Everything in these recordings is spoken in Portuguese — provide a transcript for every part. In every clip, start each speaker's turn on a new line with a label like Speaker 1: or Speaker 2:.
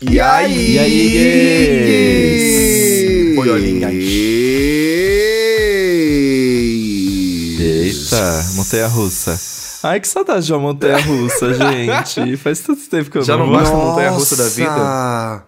Speaker 1: E aí?
Speaker 2: E aí, gays?
Speaker 1: Foi olhinha
Speaker 2: Eita, montanha russa. Ai, que saudade de uma montanha russa, gente. Faz tanto tempo que eu
Speaker 3: Já não
Speaker 2: vou.
Speaker 3: basta a montanha-russa da vida?
Speaker 1: Nossa!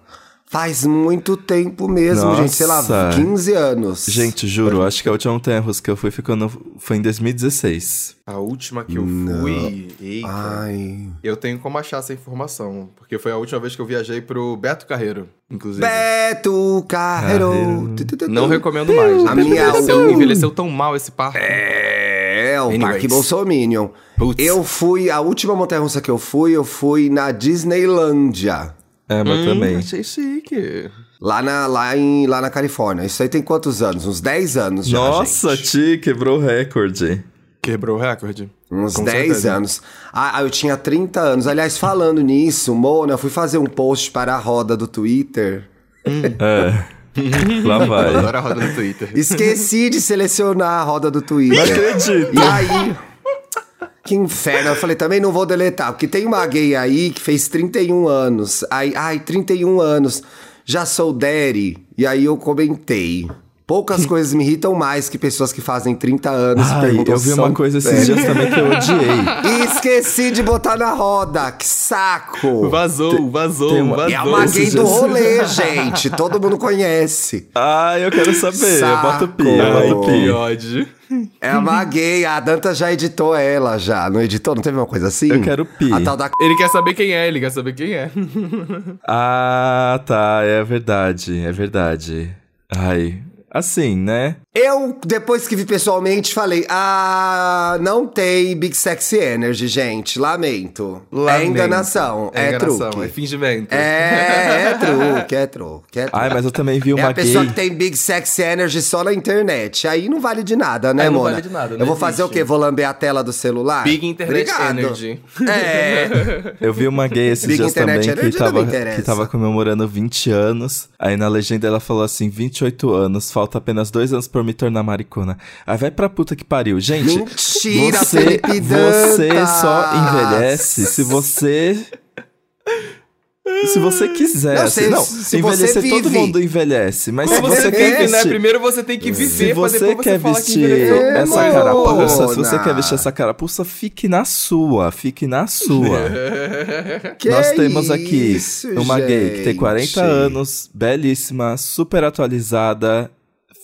Speaker 1: Faz muito tempo mesmo, gente. Sei lá,
Speaker 2: Nossa.
Speaker 1: 15 anos.
Speaker 2: Gente, juro, acho que a última montanha russa que eu fui ficando foi em 2016.
Speaker 3: A última que eu
Speaker 1: Não. Ah.
Speaker 3: fui. Eita.
Speaker 1: Ai.
Speaker 3: Eu tenho como achar essa informação. Porque foi a última vez que eu viajei pro Beto Carreiro, inclusive.
Speaker 1: Beto Carreiro.
Speaker 2: Carreiro.
Speaker 1: Tu, tu, tu, tu.
Speaker 3: Não recomendo mais. né?
Speaker 1: A minha
Speaker 3: envelheceu,
Speaker 1: última-
Speaker 3: envelheceu tão mal esse parque.
Speaker 1: É, o
Speaker 3: Anyways.
Speaker 1: Parque Bolsominion.
Speaker 3: Putz.
Speaker 1: Eu fui, a última montanha-russa que eu fui, eu fui na Disneylândia.
Speaker 2: É, mas
Speaker 3: Hum,
Speaker 2: também.
Speaker 3: Achei chique.
Speaker 1: Lá na, lá, em, lá na Califórnia. Isso aí tem quantos anos? Uns 10 anos já,
Speaker 2: Nossa,
Speaker 1: gente.
Speaker 2: Ti, quebrou o recorde.
Speaker 3: Quebrou o recorde.
Speaker 1: Uns
Speaker 3: com
Speaker 1: 10
Speaker 3: certeza.
Speaker 1: anos. Ah, ah, eu tinha 30 anos. Aliás, falando nisso, Mona, eu fui fazer um post para a roda do Twitter.
Speaker 2: É. Lá vai.
Speaker 3: Agora roda no Twitter.
Speaker 1: Esqueci de selecionar a roda do
Speaker 2: Não
Speaker 1: Twitter.
Speaker 2: acredito.
Speaker 1: E aí... Que inferno. Eu falei, também não vou deletar. Porque tem uma gay aí que fez 31 anos. Aí, ai, 31 anos. Já sou daddy. E aí eu comentei. Poucas coisas me irritam mais que pessoas que fazem 30 anos e
Speaker 2: Ai,
Speaker 1: perguntam
Speaker 2: eu vi
Speaker 1: se são
Speaker 2: uma coisa esses dias também que eu odiei.
Speaker 1: E esqueci de botar na roda. Que saco!
Speaker 3: Vazou, vazou,
Speaker 2: tem uma-
Speaker 3: vazou.
Speaker 1: E é uma
Speaker 2: Esses
Speaker 1: gay do
Speaker 2: dias-
Speaker 1: rolê, gente. Todo mundo conhece.
Speaker 2: Ah, eu quero saber. Eu boto pi, eu
Speaker 1: Saco.
Speaker 2: boto
Speaker 3: Que
Speaker 2: pi.
Speaker 3: ódio.
Speaker 1: É uma gay. A Danta já editou ela, já. Não editou? Não teve uma coisa assim?
Speaker 2: Eu quero pi.
Speaker 1: A tal da...
Speaker 3: Ele quer saber quem é, ele quer saber quem é.
Speaker 2: Ah, tá, é verdade, é verdade. Ai, assim, né?
Speaker 1: Eu, depois que vi pessoalmente, falei... Ah, não tem Big Sexy Energy, gente. Lamento. É
Speaker 3: Lamento.
Speaker 1: enganação. É,
Speaker 3: enganação, É
Speaker 1: truque.
Speaker 3: fingimento.
Speaker 1: É, é truque, é truque, é truque.
Speaker 2: Ai, mas eu também vi
Speaker 1: É
Speaker 2: uma
Speaker 1: a pessoa
Speaker 2: gay.
Speaker 1: que tem Big Sex Energy só na internet. Aí não vale de nada, né,
Speaker 2: É,
Speaker 3: Aí não
Speaker 1: Mona?
Speaker 3: vale de nada,
Speaker 1: Eu
Speaker 3: não
Speaker 1: vou fazer o
Speaker 3: existe.
Speaker 1: quê? Vou lamber a tela do celular?
Speaker 3: Big Internet
Speaker 1: Obrigado.
Speaker 3: Energy.
Speaker 1: É.
Speaker 2: Eu vi uma gay esses
Speaker 1: Big
Speaker 2: dias
Speaker 1: Internet
Speaker 2: também que
Speaker 1: Energy não
Speaker 2: tava,
Speaker 1: me interessa.
Speaker 2: que tava comemorando 20 anos. Aí na legenda ela falou assim: 28 anos, falta apenas dois anos pra eu me tornar maricona. Aí vai pra puta que pariu. Gente,
Speaker 1: Mentira,
Speaker 2: você,
Speaker 1: Felipe Dantas!
Speaker 2: você só
Speaker 1: tá?
Speaker 2: envelhece se você. Se você quiser.
Speaker 1: Não,
Speaker 2: assim,
Speaker 1: se-
Speaker 2: não,
Speaker 1: se você
Speaker 2: envelhecer todo
Speaker 1: vive.
Speaker 2: mundo envelhece. Mas se
Speaker 3: Mas
Speaker 2: você
Speaker 3: você
Speaker 1: vive,
Speaker 2: quer
Speaker 3: vive, né?
Speaker 2: vestir,
Speaker 3: Primeiro você tem que viver
Speaker 2: se
Speaker 3: pra
Speaker 2: você
Speaker 3: depois
Speaker 2: quer
Speaker 3: você falar
Speaker 2: vestir
Speaker 3: que envelheceu.
Speaker 1: É,
Speaker 2: essa
Speaker 1: mano.
Speaker 2: carapuça, se você quer vestir
Speaker 1: Mona.
Speaker 2: essa carapuça, fique na sua, fique na sua.
Speaker 1: Que é
Speaker 2: Nós temos aqui
Speaker 1: isso,
Speaker 2: uma gay que tem 40
Speaker 1: gente?
Speaker 2: anos, belíssima, super atualizada,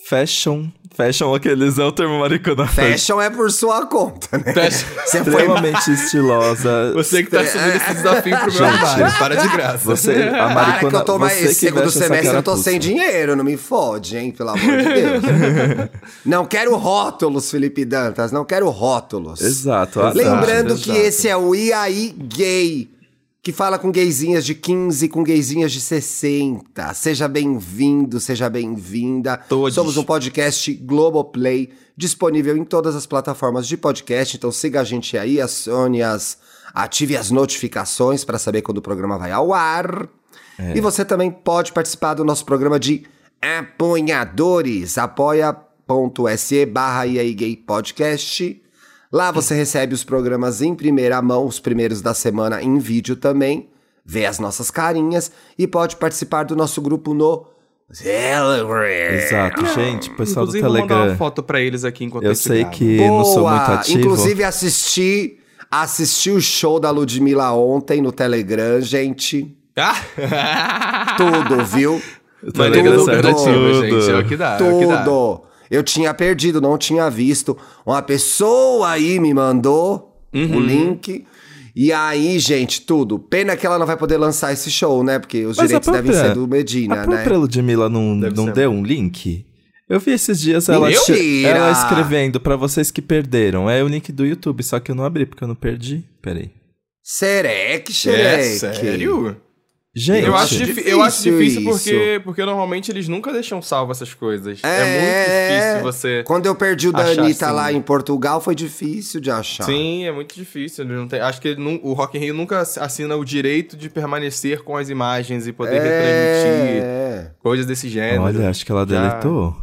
Speaker 2: fashion, fashion aqueles é o termo maricona.
Speaker 1: Fashion é por sua conta, né?
Speaker 3: Fecha-
Speaker 1: Você foi...
Speaker 2: Extremamente estilosa.
Speaker 3: Você que tá assumindo esse desafio pro meu
Speaker 2: Gente.
Speaker 3: armário. Para de graça.
Speaker 2: Você, a
Speaker 1: Para que
Speaker 2: maricona,
Speaker 1: eu tô mais...
Speaker 2: você que
Speaker 1: Esse segundo
Speaker 2: veste essa assim.
Speaker 1: semestre eu tô sem
Speaker 2: carapuça.
Speaker 1: dinheiro, não me fode, hein? Pelo amor de Deus. não quero rótulos, Felipe Dantas. Não quero rótulos.
Speaker 2: Exato. a-
Speaker 1: Lembrando
Speaker 3: exato.
Speaker 1: que esse é o IAI gay, que fala com gayzinhas de 15, com gayzinhas de 60. Seja bem-vindo, seja bem-vinda.
Speaker 3: Todos.
Speaker 1: Somos um podcast Globoplay, disponível em todas as plataformas de podcast. Então siga a gente aí, acione as, ative as notificações para saber quando o programa vai ao ar. E você também pode participar do nosso programa de apoiadores, apoia.se barra e aí gay podcast. Lá você recebe os programas em primeira mão, os primeiros da semana em vídeo também, vê as nossas carinhas e pode participar do nosso grupo no Telegram.
Speaker 2: Exato, gente, pessoal do
Speaker 3: Inclusive, vou mandar uma
Speaker 2: Telegram.
Speaker 3: foto pra eles aqui enquanto
Speaker 2: Eu
Speaker 3: gente
Speaker 2: sei
Speaker 3: grava.
Speaker 2: que não sou muito ativo.
Speaker 1: Inclusive assisti, assisti o show da Ludmilla ontem no Telegram, gente.
Speaker 3: Ah!
Speaker 1: Tudo, viu?
Speaker 2: O
Speaker 3: Maneira
Speaker 1: Tudo.
Speaker 3: alternativa, um gente. É o que dá. É o que dá.
Speaker 1: Tudo. Eu tinha perdido, não tinha visto. Uma pessoa aí me mandou o link. E aí, gente, tudo. Pena que ela não vai poder lançar esse show, né? Porque os
Speaker 2: Mas a
Speaker 1: direitos devem
Speaker 2: própria-
Speaker 1: ser do Medina,
Speaker 2: a
Speaker 1: né?
Speaker 2: própria Ludmilla não,
Speaker 3: Deve
Speaker 2: não
Speaker 3: ser.
Speaker 2: deu um link? Eu vi esses dias ela,
Speaker 1: Eu?
Speaker 2: te-
Speaker 1: Mentira!
Speaker 2: ela escrevendo pra vocês que perderam. É o link do YouTube, só que eu não abri porque eu não perdi. Peraí.
Speaker 1: Serec,
Speaker 3: É
Speaker 1: xereque.
Speaker 3: sério?
Speaker 2: Gente,
Speaker 3: Eu acho,
Speaker 1: Gente.
Speaker 3: difí- eu acho
Speaker 1: Difícil
Speaker 3: difícil porque, porque normalmente eles nunca deixam salvo essas coisas.
Speaker 1: É.
Speaker 3: É, muito difícil você.
Speaker 1: Quando eu perdi o da
Speaker 3: Achar,
Speaker 1: Anitta
Speaker 3: sim.
Speaker 1: lá em Portugal, foi difícil de achar.
Speaker 3: Sim, é muito difícil. ele não tem- Acho que ele nu- o Rock in Rio nunca assina o direito de permanecer com as imagens e poder retransmitir
Speaker 1: é...
Speaker 3: coisas desse gênero.
Speaker 2: olha, acho que ela
Speaker 3: né? Já-
Speaker 2: deletou.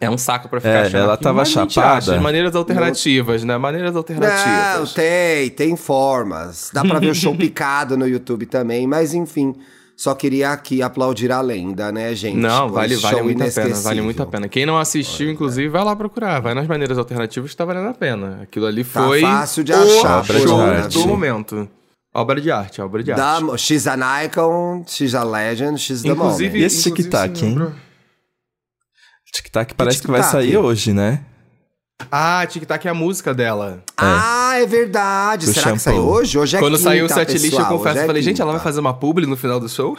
Speaker 3: É um saco pra
Speaker 2: É,
Speaker 3: ficar achando
Speaker 2: ela
Speaker 3: aqui,
Speaker 2: tava
Speaker 3: mas a gente
Speaker 2: chapada.
Speaker 3: acha, Maneiras alternativas, né? Maneiras
Speaker 1: Não,
Speaker 3: alternativas.
Speaker 1: tem, tem formas. Dá pra ver o show picado no YouTube também, mas enfim. Só queria aqui aplaudir a lenda, né, gente?
Speaker 3: Não,
Speaker 1: Pô,
Speaker 3: vale,
Speaker 1: esse
Speaker 3: vale
Speaker 1: show
Speaker 3: muito a pena,
Speaker 1: inesquecível.
Speaker 3: vale muito a pena. Quem não assistiu, inclusive, vai lá procurar. Vai nas maneiras alternativas que tá valendo a pena. Aquilo ali
Speaker 1: Tá
Speaker 3: foi
Speaker 1: fácil de
Speaker 3: o
Speaker 1: achar, é.
Speaker 2: obra de
Speaker 3: show
Speaker 2: arte.
Speaker 3: do momento. Obra de arte, obra de
Speaker 1: Da,
Speaker 3: arte.
Speaker 1: she's an icon, she's a legend, she's the
Speaker 3: Inclusive, é.
Speaker 1: moment.
Speaker 2: E esse
Speaker 3: inclusive,
Speaker 2: tic-tac,
Speaker 3: você
Speaker 2: hein?
Speaker 3: lembrou?
Speaker 2: Tic-tac parece que vai
Speaker 1: tic-tac?
Speaker 2: sair hoje, né?
Speaker 3: Ah, tic-tac é a música dela.
Speaker 1: Ah, é verdade.
Speaker 2: Do
Speaker 1: Será que
Speaker 2: shampoo.
Speaker 1: saiu hoje? Hoje é
Speaker 3: Quando
Speaker 1: quinta,
Speaker 3: saiu o setlist, eu
Speaker 1: pessoal,
Speaker 3: confesso,
Speaker 1: hoje é
Speaker 3: eu falei, gente, ela vai
Speaker 1: quinta.
Speaker 3: fazer uma publi no final do show?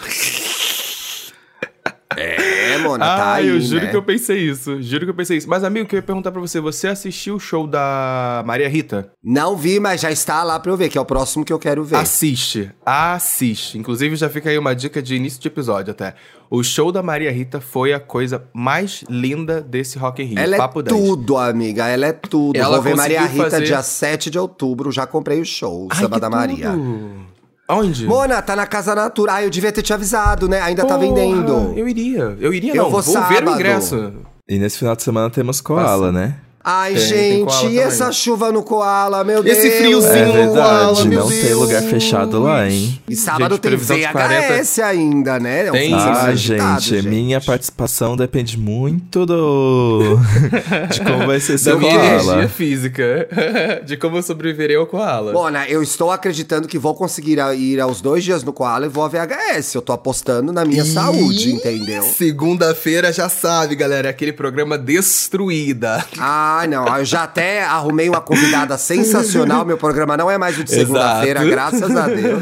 Speaker 1: É, Mona, tá
Speaker 3: ah,
Speaker 1: aí,
Speaker 3: eu juro
Speaker 1: né?
Speaker 3: que eu pensei isso. Juro que eu pensei isso. Mas, amigo, o que eu ia perguntar pra você, você assistiu o show da Maria Rita?
Speaker 1: Não vi, mas já está lá pra eu ver, que é o próximo que eu quero ver.
Speaker 3: Assiste, assiste. Inclusive, já fica aí uma dica de início de episódio até. O show da Maria Rita foi a coisa mais linda desse Rock in Rio.
Speaker 1: Ela é
Speaker 3: Papo 10.
Speaker 1: tudo, amiga. Ela é tudo.
Speaker 3: Ela
Speaker 1: Vou ver
Speaker 3: conseguiu
Speaker 1: Maria Rita
Speaker 3: fazer-
Speaker 1: dia 7 de outubro. Já comprei o show,
Speaker 3: Ai,
Speaker 1: Samba
Speaker 3: que
Speaker 1: da Maria.
Speaker 3: tudo. Onde?
Speaker 1: Mona, tá na Casa Natura. Ah, eu devia ter te avisado, né? Ainda tá
Speaker 3: Porra,
Speaker 1: vendendo.
Speaker 3: Eu iria. Eu iria
Speaker 1: Eu
Speaker 3: não.
Speaker 1: vou
Speaker 3: ver o
Speaker 1: sábado.
Speaker 3: ingresso.
Speaker 2: E nesse final de semana temos Koala, né?
Speaker 1: Ai,
Speaker 3: Tem, tem
Speaker 1: gente,
Speaker 3: koala
Speaker 1: e essa
Speaker 3: também.
Speaker 1: chuva no Koala, meu Deus.
Speaker 3: Esse friozinho
Speaker 2: É
Speaker 3: no
Speaker 2: verdade,
Speaker 3: Koala, meu
Speaker 2: não tem
Speaker 3: Deus.
Speaker 2: lugar fechado lá, hein?
Speaker 1: E sábado
Speaker 3: Gente,
Speaker 1: tem
Speaker 3: previsão de 40.
Speaker 1: VHS ainda, né? É um
Speaker 3: Tem.
Speaker 1: fim de semana
Speaker 2: Ah,
Speaker 1: agitado,
Speaker 2: gente, minha participação depende muito do. de como vai ser
Speaker 3: Da
Speaker 2: seu
Speaker 3: minha energia
Speaker 2: Koala.
Speaker 3: física. de como eu sobreviverei ao Koala.
Speaker 1: Mona, eu estou acreditando que vou conseguir a- ir aos dois dias no Koala e vou a VHS. Eu tô apostando na minha
Speaker 3: Ih,
Speaker 1: saúde, entendeu?
Speaker 3: Segunda-feira já sabe, galera. é Aquele programa destruída.
Speaker 1: Ah, não. Eu já até arrumei uma convidada sensacional. Meu programa não é mais o de segunda-feira,
Speaker 3: Exato.
Speaker 1: graças a Deus.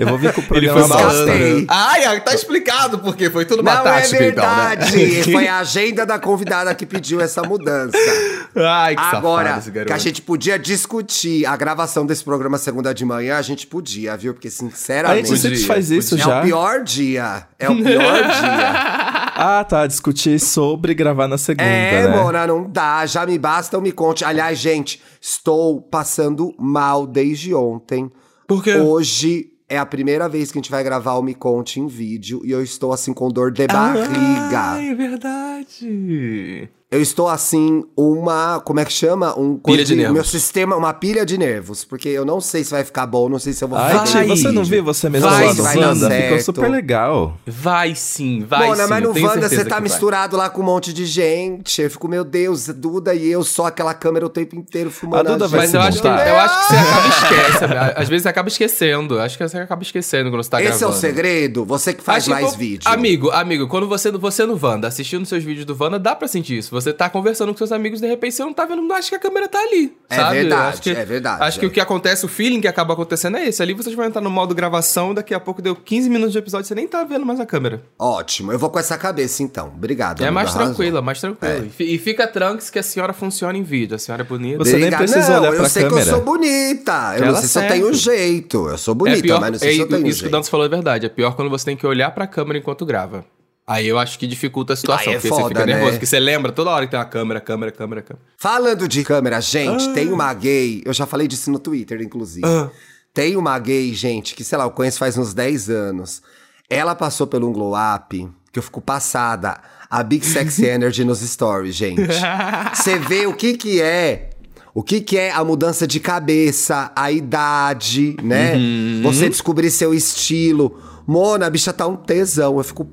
Speaker 2: Eu vou vir com o
Speaker 3: Ele
Speaker 2: programa
Speaker 1: balanço.
Speaker 3: foi
Speaker 2: balança.
Speaker 1: Desgastei.
Speaker 3: malandro. Ai, ai, tá explicado porque foi tudo uma
Speaker 1: Não é
Speaker 3: tática,
Speaker 2: né?
Speaker 1: verdade.
Speaker 3: então,
Speaker 1: Foi
Speaker 3: né?
Speaker 1: a agenda da convidada que pediu essa mudança.
Speaker 3: Ai, que safado
Speaker 1: Agora,
Speaker 3: esse
Speaker 1: que
Speaker 3: garoto.
Speaker 1: a gente podia discutir a gravação desse programa segunda de manhã, a gente podia, viu? Porque,
Speaker 2: A
Speaker 1: sinceramente,
Speaker 2: gente sempre
Speaker 3: Podia,
Speaker 2: faz isso
Speaker 1: é
Speaker 2: já.
Speaker 1: o pior dia. É o pior dia.
Speaker 2: Ah, tá. Discutir sobre gravar na segunda.
Speaker 1: É,
Speaker 2: né?
Speaker 1: Mona, não dá. Já me basta, eu me conte. Aliás, gente, estou passando mal desde ontem.
Speaker 3: Por quê?
Speaker 1: Hoje é a primeira vez que a gente vai gravar o Me Conte em vídeo e eu estou assim com dor de barriga.
Speaker 3: Ai, Ah, é verdade.
Speaker 1: Eu estou assim, uma. Como é que chama? Um
Speaker 3: Pilha de nervos.
Speaker 1: Meu sistema, uma pilha de nervos. Porque eu não sei se vai ficar bom, não sei se eu vou
Speaker 2: Ai,
Speaker 1: ficar
Speaker 2: Ti,
Speaker 3: Vai.
Speaker 2: você não viu você mesmo
Speaker 3: Vai,
Speaker 2: lá no
Speaker 3: vai dar
Speaker 2: Wanda? Ficou
Speaker 1: certo.
Speaker 2: super legal.
Speaker 3: Vai sim, vai
Speaker 1: Mona,
Speaker 3: sim.
Speaker 1: mas
Speaker 3: eu
Speaker 1: no
Speaker 3: tenho
Speaker 1: Wanda
Speaker 3: certeza
Speaker 1: você tá
Speaker 3: que vai.
Speaker 1: misturado lá com um monte de gente. Eu fico, meu Deus, Duda e eu, só aquela câmera o tempo inteiro fumando.
Speaker 2: A Duda vai
Speaker 3: Mas
Speaker 2: se
Speaker 3: eu acho, que,
Speaker 2: montar.
Speaker 3: eu acho que você acaba esquecendo. né? Às vezes você acaba esquecendo. Acho que você acaba esquecendo quando você tá
Speaker 1: Esse é o
Speaker 3: gravando.
Speaker 1: segredo? Você que faz
Speaker 3: Acho que
Speaker 1: mais
Speaker 3: co-
Speaker 1: vídeo.
Speaker 3: tipo, Amigo, amigo, quando você, você no Wanda, assistindo seus vídeos do Wanda, dá pra sentir isso. Você tá conversando com seus amigos, de repente você não tá vendo, não acha que a câmera tá ali.
Speaker 1: É
Speaker 3: sabe?
Speaker 1: verdade,
Speaker 3: Acho que-
Speaker 1: é verdade,
Speaker 3: Acho que
Speaker 1: é.
Speaker 3: o que acontece, o feeling que acaba acontecendo é esse. Ali vocês vão entrar no modo gravação, daqui a pouco deu 15 minutos de episódio, você nem tá vendo mais a câmera.
Speaker 1: Ótimo, eu vou com essa cabeça então. Obrigado.
Speaker 3: é
Speaker 1: amigo,
Speaker 3: mais
Speaker 1: arrasou. É.
Speaker 3: tranquila, mais tranquila. E fi- E fica tranks que a senhora funciona em vídeo, a senhora é bonita.
Speaker 2: Você nem
Speaker 1: Obrigado.
Speaker 2: precisa
Speaker 1: não,
Speaker 2: olhar pra
Speaker 1: eu sei que
Speaker 2: câmera.
Speaker 1: eu sou bonita. Eu
Speaker 3: Ela
Speaker 1: não sei se eu
Speaker 3: serve.
Speaker 1: tenho jeito. Eu sou bonita,
Speaker 3: é pior,
Speaker 1: mas não sei
Speaker 3: é
Speaker 1: se eu tenho
Speaker 3: isso que o
Speaker 1: jeito.
Speaker 3: Dantas falou é verdade. É pior quando você tem que olhar pra câmera enquanto grava. Aí eu acho que dificulta a situação,
Speaker 1: Aí é
Speaker 3: porque você
Speaker 1: foda,
Speaker 3: fica
Speaker 1: né?
Speaker 3: nervoso, porque você lembra toda hora que tem uma câmera, câmera, câmera, câmera.
Speaker 1: Falando de câmera, gente,
Speaker 3: Ah.
Speaker 1: tem uma gay. Eu já falei disso no Twitter, inclusive. Tem uma gay, gente, que, sei lá, eu conheço faz uns 10 anos. Ela passou pelo um glow up, que eu fico passada. A Big Sexy Energy nos stories, gente.
Speaker 3: Né?
Speaker 1: Você vê o que que é. O que que é a mudança de cabeça, a idade, né?
Speaker 3: Uhum.
Speaker 1: Você descobrir seu estilo. Mona, a bicha tá um tesão. Eu fico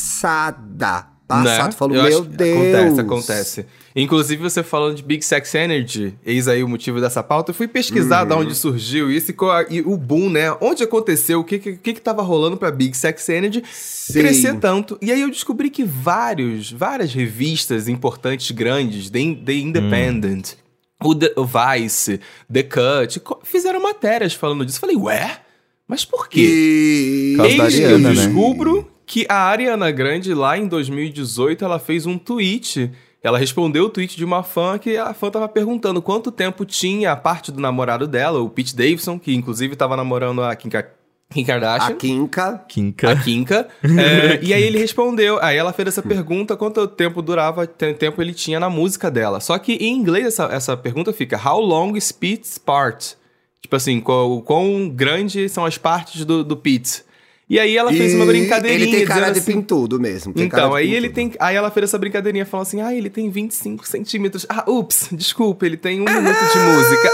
Speaker 1: passada. Passado.
Speaker 3: Né?
Speaker 1: Falo,
Speaker 3: Eu
Speaker 1: meu
Speaker 3: acho que
Speaker 1: Deus.
Speaker 3: Acontece, acontece. Inclusive, você falando de Big Sex Energy, eis aí o motivo dessa pauta. Eu fui pesquisar
Speaker 1: Uhum.
Speaker 3: de onde surgiu isso e, qual a- e o boom, né? Onde aconteceu, o que, que, que que tava rolando pra Big Sex Energy
Speaker 1: Sim.
Speaker 3: crescer tanto. E aí eu descobri que vários, várias revistas importantes, grandes, The,
Speaker 1: Hum.
Speaker 3: The Independent, o, The- o Vice, The Cut, co- fizeram matérias falando disso. Eu Falei, ué? Mas por quê?
Speaker 1: E...
Speaker 2: Por causa da
Speaker 3: Eis que eu
Speaker 2: Ariana, né?
Speaker 3: descubro que a Ariana Grande, lá em 2018, ela fez um tweet. Ela respondeu o tweet de uma fã que a fã tava perguntando quanto tempo tinha a parte do namorado dela, o Pete Davidson, que inclusive tava namorando a Kim, Ka- Kim
Speaker 1: A
Speaker 3: Kardashian.
Speaker 1: Kinka.
Speaker 3: A
Speaker 2: Kinka.
Speaker 3: Kinka. É, e aí ele respondeu. Aí ela fez essa pergunta: quanto tempo durava, te- tempo ele tinha na música dela. Só que em inglês essa, essa pergunta fica: How long is Pete's part? Tipo assim, qual, quão grande são as partes do, do Pete? E aí ela fez uma
Speaker 1: E
Speaker 3: brincadeirinha.
Speaker 1: Ele tem cara
Speaker 3: dizendo
Speaker 1: de
Speaker 3: assim,
Speaker 1: pintudo mesmo. tem cara
Speaker 3: então,
Speaker 1: de
Speaker 3: aí ele
Speaker 1: pintudo.
Speaker 3: tem. Aí ela fez essa brincadeirinha falando assim: ah, ele tem 25 centímetros. Ah, ups, desculpa, ele tem um minuto de música.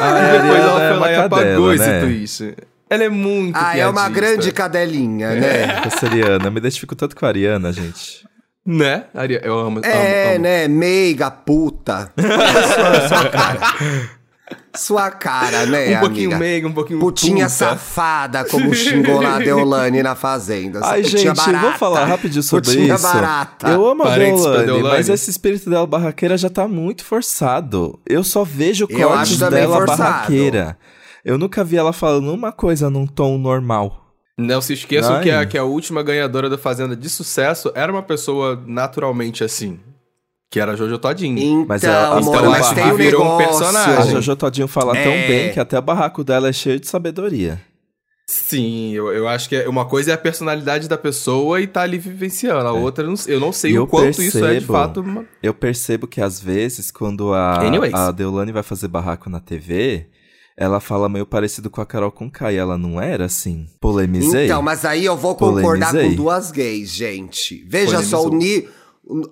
Speaker 2: Ah,
Speaker 3: Ah, e depois
Speaker 2: Ariana
Speaker 3: ela
Speaker 2: é
Speaker 3: foi lá e
Speaker 2: uma cadela,
Speaker 3: apagou esse
Speaker 2: né?
Speaker 3: tweet. Ela é muito
Speaker 1: Ah, é uma
Speaker 3: piadista.
Speaker 1: grande cadelinha,
Speaker 3: É.
Speaker 1: né?
Speaker 2: Essa Ariana, eu me identifico tanto com a Ariana, gente.
Speaker 3: Né? Ari- Eu amo,
Speaker 1: É,
Speaker 3: amo, amo.
Speaker 1: né? Meiga, puta. Olha sua, sua cara. Sua cara, né,
Speaker 3: Um pouquinho
Speaker 1: amiga?
Speaker 3: meiga, um pouquinho
Speaker 1: Putinha
Speaker 3: puta.
Speaker 1: safada, como xingou lá a Deolane na Fazenda.
Speaker 2: Ai,
Speaker 1: Putinha
Speaker 2: gente,
Speaker 1: barata.
Speaker 2: vamos falar rapidinho sobre
Speaker 1: Putinha
Speaker 2: isso.
Speaker 1: barata.
Speaker 2: Eu amo a
Speaker 3: Parênteses pra
Speaker 2: Deolane,
Speaker 3: Deolane.
Speaker 2: mas esse espírito dela barraqueira já tá muito forçado. Eu só vejo
Speaker 1: Eu
Speaker 2: cortes
Speaker 1: acho também
Speaker 2: dela
Speaker 1: forçado.
Speaker 2: barraqueira. Eu nunca vi ela falando uma coisa num tom normal.
Speaker 3: Não se esqueçam
Speaker 2: Ai.
Speaker 3: que
Speaker 1: é?
Speaker 3: a, que a última ganhadora da Fazenda de sucesso era uma pessoa naturalmente assim. Que era a Jojo Todinho.
Speaker 1: Então,
Speaker 2: Mas ela-
Speaker 1: amor,
Speaker 2: então
Speaker 1: mas
Speaker 2: ela
Speaker 1: tem um
Speaker 3: virou um
Speaker 1: negócio.
Speaker 2: A
Speaker 3: personagem. Sim.
Speaker 2: Jojo Todinho fala tão
Speaker 1: É.
Speaker 2: bem que até o barraco dela é cheio de sabedoria.
Speaker 3: Sim, eu, eu acho que é- uma coisa é a personalidade da pessoa e tá ali vivenciando.
Speaker 1: É.
Speaker 3: A outra, eu não, eu não sei
Speaker 2: E
Speaker 3: o
Speaker 2: eu
Speaker 3: quanto isso é de
Speaker 2: percebo.
Speaker 3: fato uma
Speaker 2: Eu percebo que às vezes, quando a,
Speaker 3: Anyways.
Speaker 2: a Deolane vai fazer barraco na TV, ela fala meio parecido com a Carol Conká e ela não era assim. Polemizei.
Speaker 1: Então, mas aí eu vou concordar
Speaker 2: Polemizei.
Speaker 1: com duas gays, gente. Veja só, o
Speaker 3: Polemizou.
Speaker 1: Ni...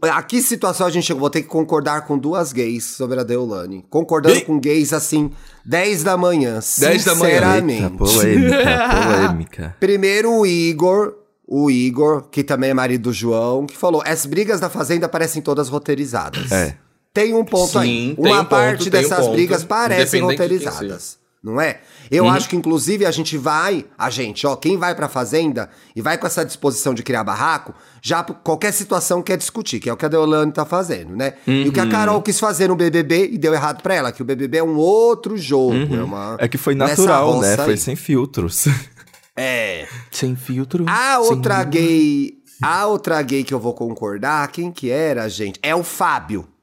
Speaker 1: A que situação a gente chegou? Vou ter que concordar com duas gays sobre a Deolane. Concordando
Speaker 3: Ih!
Speaker 1: com gays, assim, 10 da manhã,
Speaker 3: 10
Speaker 1: 10
Speaker 3: da manhã. Eita,
Speaker 1: sinceramente.
Speaker 2: Eita, polêmica, polêmica.
Speaker 1: Primeiro o Igor, o Igor, que também é marido do João, que falou: as brigas da Fazenda parecem todas roteirizadas.
Speaker 2: É.
Speaker 1: Tem um ponto
Speaker 3: Sim,
Speaker 1: aí.
Speaker 3: tem
Speaker 1: Uma
Speaker 3: um ponto,
Speaker 1: parte
Speaker 3: tem um
Speaker 1: dessas
Speaker 3: ponto,
Speaker 1: brigas parecem
Speaker 3: independente de quem seja.
Speaker 1: roteirizadas. Não é? Eu
Speaker 2: Uhum.
Speaker 1: acho que, inclusive, a gente vai, a gente, ó, quem vai pra fazenda e vai com essa disposição de criar barraco, já por qualquer situação quer discutir, que é o que a Deolane tá fazendo, né? E o
Speaker 3: Uhum.
Speaker 1: que a Carol quis fazer no BBB e deu errado pra ela, que o BBB é um outro jogo. É, uma,
Speaker 2: É que foi
Speaker 1: nessa é
Speaker 2: natural, né?
Speaker 1: roça
Speaker 2: Foi
Speaker 1: aí.
Speaker 2: sem filtros.
Speaker 1: É.
Speaker 3: Sem filtro.
Speaker 1: A outra gay. A outra gay que eu vou concordar, quem que era, gente? É o Fábio.
Speaker 3: Hum.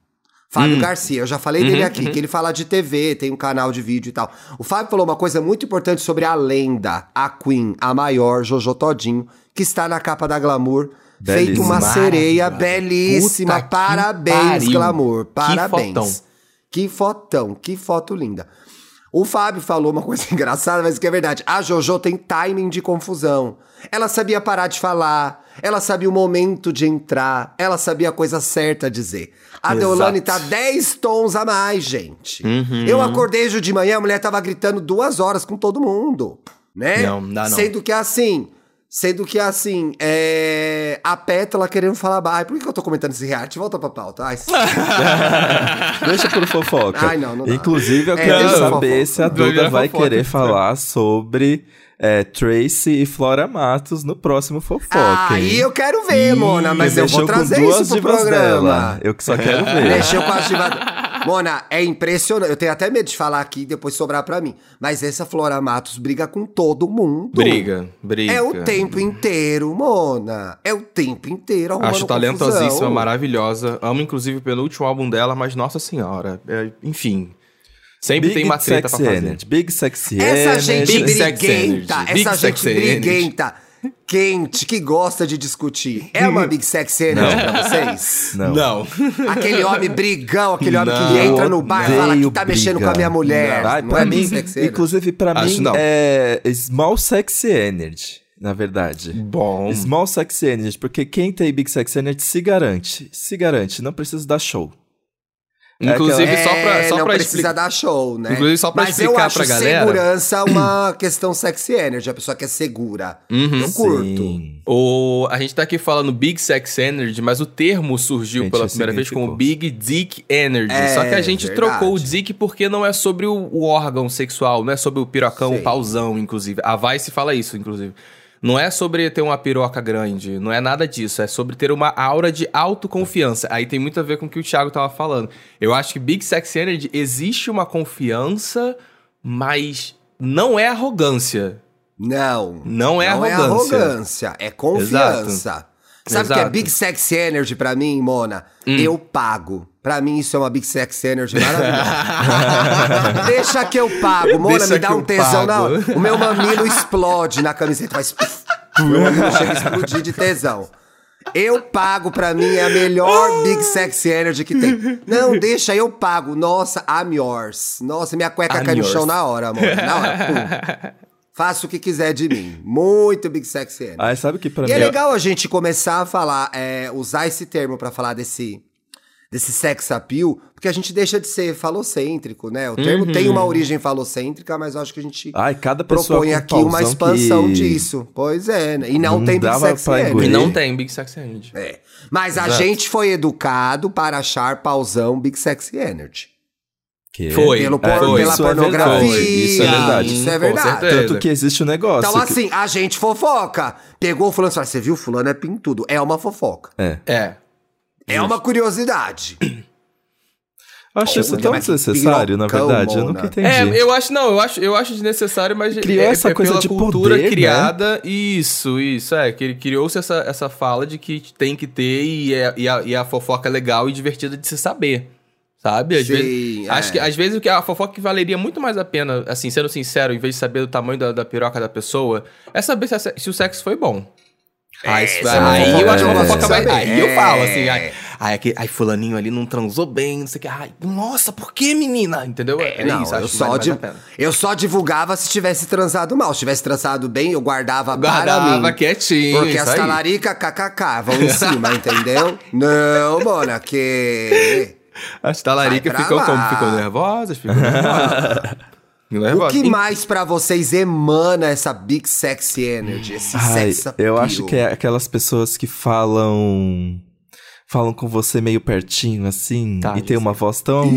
Speaker 1: Fábio Garcia, eu já falei
Speaker 3: Uhum,
Speaker 1: dele aqui, que ele fala de TV, tem um canal de vídeo e tal. O Fábio falou uma coisa muito importante sobre a lenda, a Queen, a maior, Jojo Todinho, que está na capa da Glamour, feito
Speaker 2: Belíssima.
Speaker 1: uma sereia
Speaker 3: Maravilhosa.
Speaker 1: belíssima.
Speaker 3: Puta que
Speaker 1: Parabéns,
Speaker 3: pariu.
Speaker 1: Glamour,
Speaker 3: Que
Speaker 1: parabéns.
Speaker 3: fotão.
Speaker 1: Que fotão, que foto linda. O Fábio falou uma coisa engraçada, mas que é verdade. A Jojo tem timing de confusão. Ela sabia parar de falar, ela sabia o momento de entrar, ela sabia a coisa certa a dizer. A
Speaker 3: Exato.
Speaker 1: Deolane tá 10 tons a mais, gente.
Speaker 3: Uhum.
Speaker 1: Eu acordei hoje de manhã, a mulher tava gritando duas horas com todo mundo, né?
Speaker 3: Não, não dá não.
Speaker 1: Sendo que assim, sendo que assim, é... a Pétala querendo falar, ai, por que que eu tô comentando esse react? Volta pra pauta. Ai,
Speaker 2: Deixa por fofoca.
Speaker 1: Ai, não, não dá.
Speaker 2: Inclusive, eu
Speaker 1: É,
Speaker 2: quero
Speaker 3: deixa por
Speaker 1: fofoca.
Speaker 2: saber se a
Speaker 3: Vai
Speaker 2: Duda
Speaker 3: virar
Speaker 2: vai
Speaker 3: fofoca,
Speaker 2: querer
Speaker 3: isso,
Speaker 2: falar sobre é, Tracy e Flora Matos no próximo fofoca.
Speaker 1: Ah, Aí
Speaker 2: hein?
Speaker 1: eu quero ver, Mona,
Speaker 2: Ih,
Speaker 1: mas eu vou
Speaker 2: mexeu com
Speaker 1: trazer
Speaker 2: duas
Speaker 1: isso pro
Speaker 2: divas
Speaker 1: programa. É.
Speaker 2: dela. Eu que só quero ver.
Speaker 1: Mexeu com as divas. Mona, é impressionante. Eu tenho até medo de falar aqui e depois sobrar pra mim. Mas essa Flora Matos briga com todo mundo.
Speaker 3: Briga, briga.
Speaker 1: É o tempo inteiro, Mona. É o tempo inteiro. arrumando
Speaker 3: Acho talentosíssima,
Speaker 1: confusão.
Speaker 3: maravilhosa. Amo, inclusive, o penúltimo álbum dela, mas nossa senhora. é, enfim. Sempre
Speaker 2: Big
Speaker 3: tem uma treta pra
Speaker 2: Sexy
Speaker 3: fazer.
Speaker 2: Energy, Big Sexy
Speaker 1: Essa gente
Speaker 2: Energy.
Speaker 3: Big sex
Speaker 1: briguenta,
Speaker 3: energy, big
Speaker 1: essa gente
Speaker 3: sex energy.
Speaker 1: briguenta, quente, que gosta de discutir. É uma Big Sex Energy
Speaker 2: Não.
Speaker 1: pra vocês?
Speaker 2: Não.
Speaker 1: Aquele homem brigão, aquele homem que
Speaker 3: Não,
Speaker 1: entra no bar e fala que
Speaker 2: Odeio
Speaker 1: tá mexendo com
Speaker 2: briga.
Speaker 1: a minha mulher.
Speaker 2: Ai,
Speaker 1: Não
Speaker 2: pra
Speaker 1: é
Speaker 2: mim,
Speaker 1: Big Sex Energy?
Speaker 2: inclusive pra
Speaker 3: Acho
Speaker 2: mim
Speaker 3: não.
Speaker 2: é Small Sexy Energy, na verdade.
Speaker 3: Bom.
Speaker 2: Small Sex Energy, porque quem tem Big Sex Energy se garante. Se garante, não precisa dar show. É
Speaker 3: Inclusive,
Speaker 1: É,
Speaker 3: só pra, só
Speaker 1: não
Speaker 3: pra
Speaker 1: precisa
Speaker 3: explicar.
Speaker 1: dar show, né?
Speaker 3: Inclusive, só pra
Speaker 1: Mas eu
Speaker 3: explicar
Speaker 1: acho
Speaker 3: pra galera-
Speaker 1: segurança uma questão sexy energy, a pessoa que é segura.
Speaker 3: Uhum.
Speaker 1: Eu curto.
Speaker 2: Sim.
Speaker 3: O, a gente tá aqui falando Big Sex Energy, mas o termo surgiu
Speaker 2: Gente,
Speaker 3: pela
Speaker 2: esse
Speaker 3: primeira vez
Speaker 2: significou.
Speaker 3: como Big Dick Energy.
Speaker 1: É,
Speaker 3: Só que a gente
Speaker 1: verdade.
Speaker 3: trocou o Dick porque não é sobre o, o órgão sexual, não é sobre o pirocão,
Speaker 1: Sim.
Speaker 3: o pauzão, inclusive. A Vice fala isso, inclusive. Não é sobre ter uma piroca grande, não é nada disso. É sobre ter uma aura de autoconfiança. Aí tem muito a ver com o que o Thiago tava falando. Eu acho que Big Sex Energy existe uma confiança, mas não é arrogância.
Speaker 1: Não.
Speaker 3: Não é arrogância.
Speaker 1: É arrogância, é confiança. Sabe o que é
Speaker 3: Exato. Hum.
Speaker 1: Big Sex Energy pra mim, Mona? Eu pago. Pra mim, isso é uma Big Sex Energy maravilhosa. Deixa que eu pago. Mona,
Speaker 3: Deixa
Speaker 1: me dá
Speaker 3: que
Speaker 1: um
Speaker 3: eu
Speaker 1: tesão. na
Speaker 3: pago.
Speaker 1: O meu mamilo explode na camiseta. Faz... puf. meu mamilo chega a explodir de tesão. Eu pago, pra mim, é a melhor Big Sex Energy que tem. Não, deixa, eu pago. Nossa, I'm yours. Nossa, minha cueca
Speaker 3: I'm
Speaker 1: cai
Speaker 3: yours.
Speaker 1: no chão na hora, Mona. Na hora, pum. Faça o que quiser de mim. Muito Big Sex Energy.
Speaker 2: Ah, sabe o que pra
Speaker 1: e
Speaker 2: mim
Speaker 1: é legal a gente começar a falar, é, usar esse termo pra falar desse desse sex appeal, porque a gente deixa de ser falocêntrico, né? O termo
Speaker 3: Uhum.
Speaker 1: tem uma origem falocêntrica, mas eu acho que a gente
Speaker 2: Ai, cada pessoa
Speaker 1: propõe
Speaker 2: com um
Speaker 1: aqui uma
Speaker 2: pauzão
Speaker 1: expansão
Speaker 2: que-
Speaker 1: disso. Pois é, né? E não,
Speaker 2: Não
Speaker 1: tem Big
Speaker 2: dava
Speaker 1: Sex
Speaker 2: pra
Speaker 1: Reality.
Speaker 2: engolir.
Speaker 3: E não tem Big Sex Reality.
Speaker 1: É. Mas a
Speaker 3: Exato.
Speaker 1: gente foi educado para achar pausão Big Sexy Energy.
Speaker 2: Que-
Speaker 3: Foi.
Speaker 1: Pelo
Speaker 2: É,
Speaker 1: por- pela
Speaker 2: isso é verdade,
Speaker 1: pornografia.
Speaker 2: isso é verdade.
Speaker 1: Isso é
Speaker 3: Com
Speaker 1: verdade.
Speaker 3: certeza.
Speaker 2: Tanto que existe um negócio.
Speaker 1: Então,
Speaker 2: que-
Speaker 1: assim, a gente fofoca. Pegou o fulano e falou: você viu, fulano é pintudo. É uma fofoca.
Speaker 2: É.
Speaker 3: É.
Speaker 1: É uma curiosidade.
Speaker 2: Eu acho isso
Speaker 1: Olha,
Speaker 2: tão
Speaker 1: mas que
Speaker 2: então é desnecessário, na
Speaker 1: pirocão,
Speaker 2: verdade. Eu
Speaker 1: mona.
Speaker 2: nunca entendi.
Speaker 3: É, eu acho, não, eu acho, eu acho desnecessário, mas
Speaker 2: Criou
Speaker 3: é,
Speaker 2: essa
Speaker 3: é
Speaker 2: coisa
Speaker 3: pela
Speaker 2: de
Speaker 3: cultura
Speaker 2: poder, né?
Speaker 3: criada. Isso, isso, é. que Criou-se essa, essa fala de que tem que ter e, é- e a, e a fofoca é legal e divertida de se saber. Sabe? Às vezes,
Speaker 1: Sim,
Speaker 3: Acho
Speaker 1: é.
Speaker 3: que às vezes o que- a fofoca que valeria muito mais a pena, assim, sendo sincero, em vez de saber do tamanho da, da piroca da pessoa, é saber se, a se- se o sexo foi bom.
Speaker 1: É,
Speaker 3: Aí, isso-
Speaker 1: essa
Speaker 3: aí
Speaker 1: fofoca
Speaker 3: eu acho
Speaker 2: eu
Speaker 3: que a
Speaker 2: gosto
Speaker 3: fofoca
Speaker 2: de
Speaker 3: vai.
Speaker 1: saber.
Speaker 3: Aí eu falo, assim,
Speaker 1: É.
Speaker 3: ai, ai, aqui- ai, fulaninho ali não transou bem, não sei o que. Ai, nossa, por que, menina? Entendeu? É,
Speaker 1: não,
Speaker 3: isso,
Speaker 1: eu
Speaker 3: acho que
Speaker 1: só,
Speaker 3: vale
Speaker 1: di-
Speaker 3: mais a pena.
Speaker 1: eu só divulgava se tivesse transado mal. Se tivesse transado bem, eu guardava, para
Speaker 3: Guardava
Speaker 1: mim.
Speaker 3: quietinho.
Speaker 1: Porque
Speaker 3: isso
Speaker 1: as
Speaker 3: aí.
Speaker 1: calaricas kkk vão em cima, entendeu? Não, mona, que.
Speaker 3: As talaricas
Speaker 1: Sai pra
Speaker 3: ficam
Speaker 1: lá.
Speaker 3: como? Ficam nervosas? Ficam nervosas. Ficam
Speaker 1: O
Speaker 3: nervosas.
Speaker 1: que mais pra vocês emana essa big sexy energy? Esse
Speaker 2: Ai,
Speaker 1: sex
Speaker 2: eu
Speaker 1: appeal?
Speaker 2: acho que é aquelas pessoas que falam. Falam com você meio pertinho, assim.
Speaker 3: Tá,
Speaker 2: e tem uma voz tão.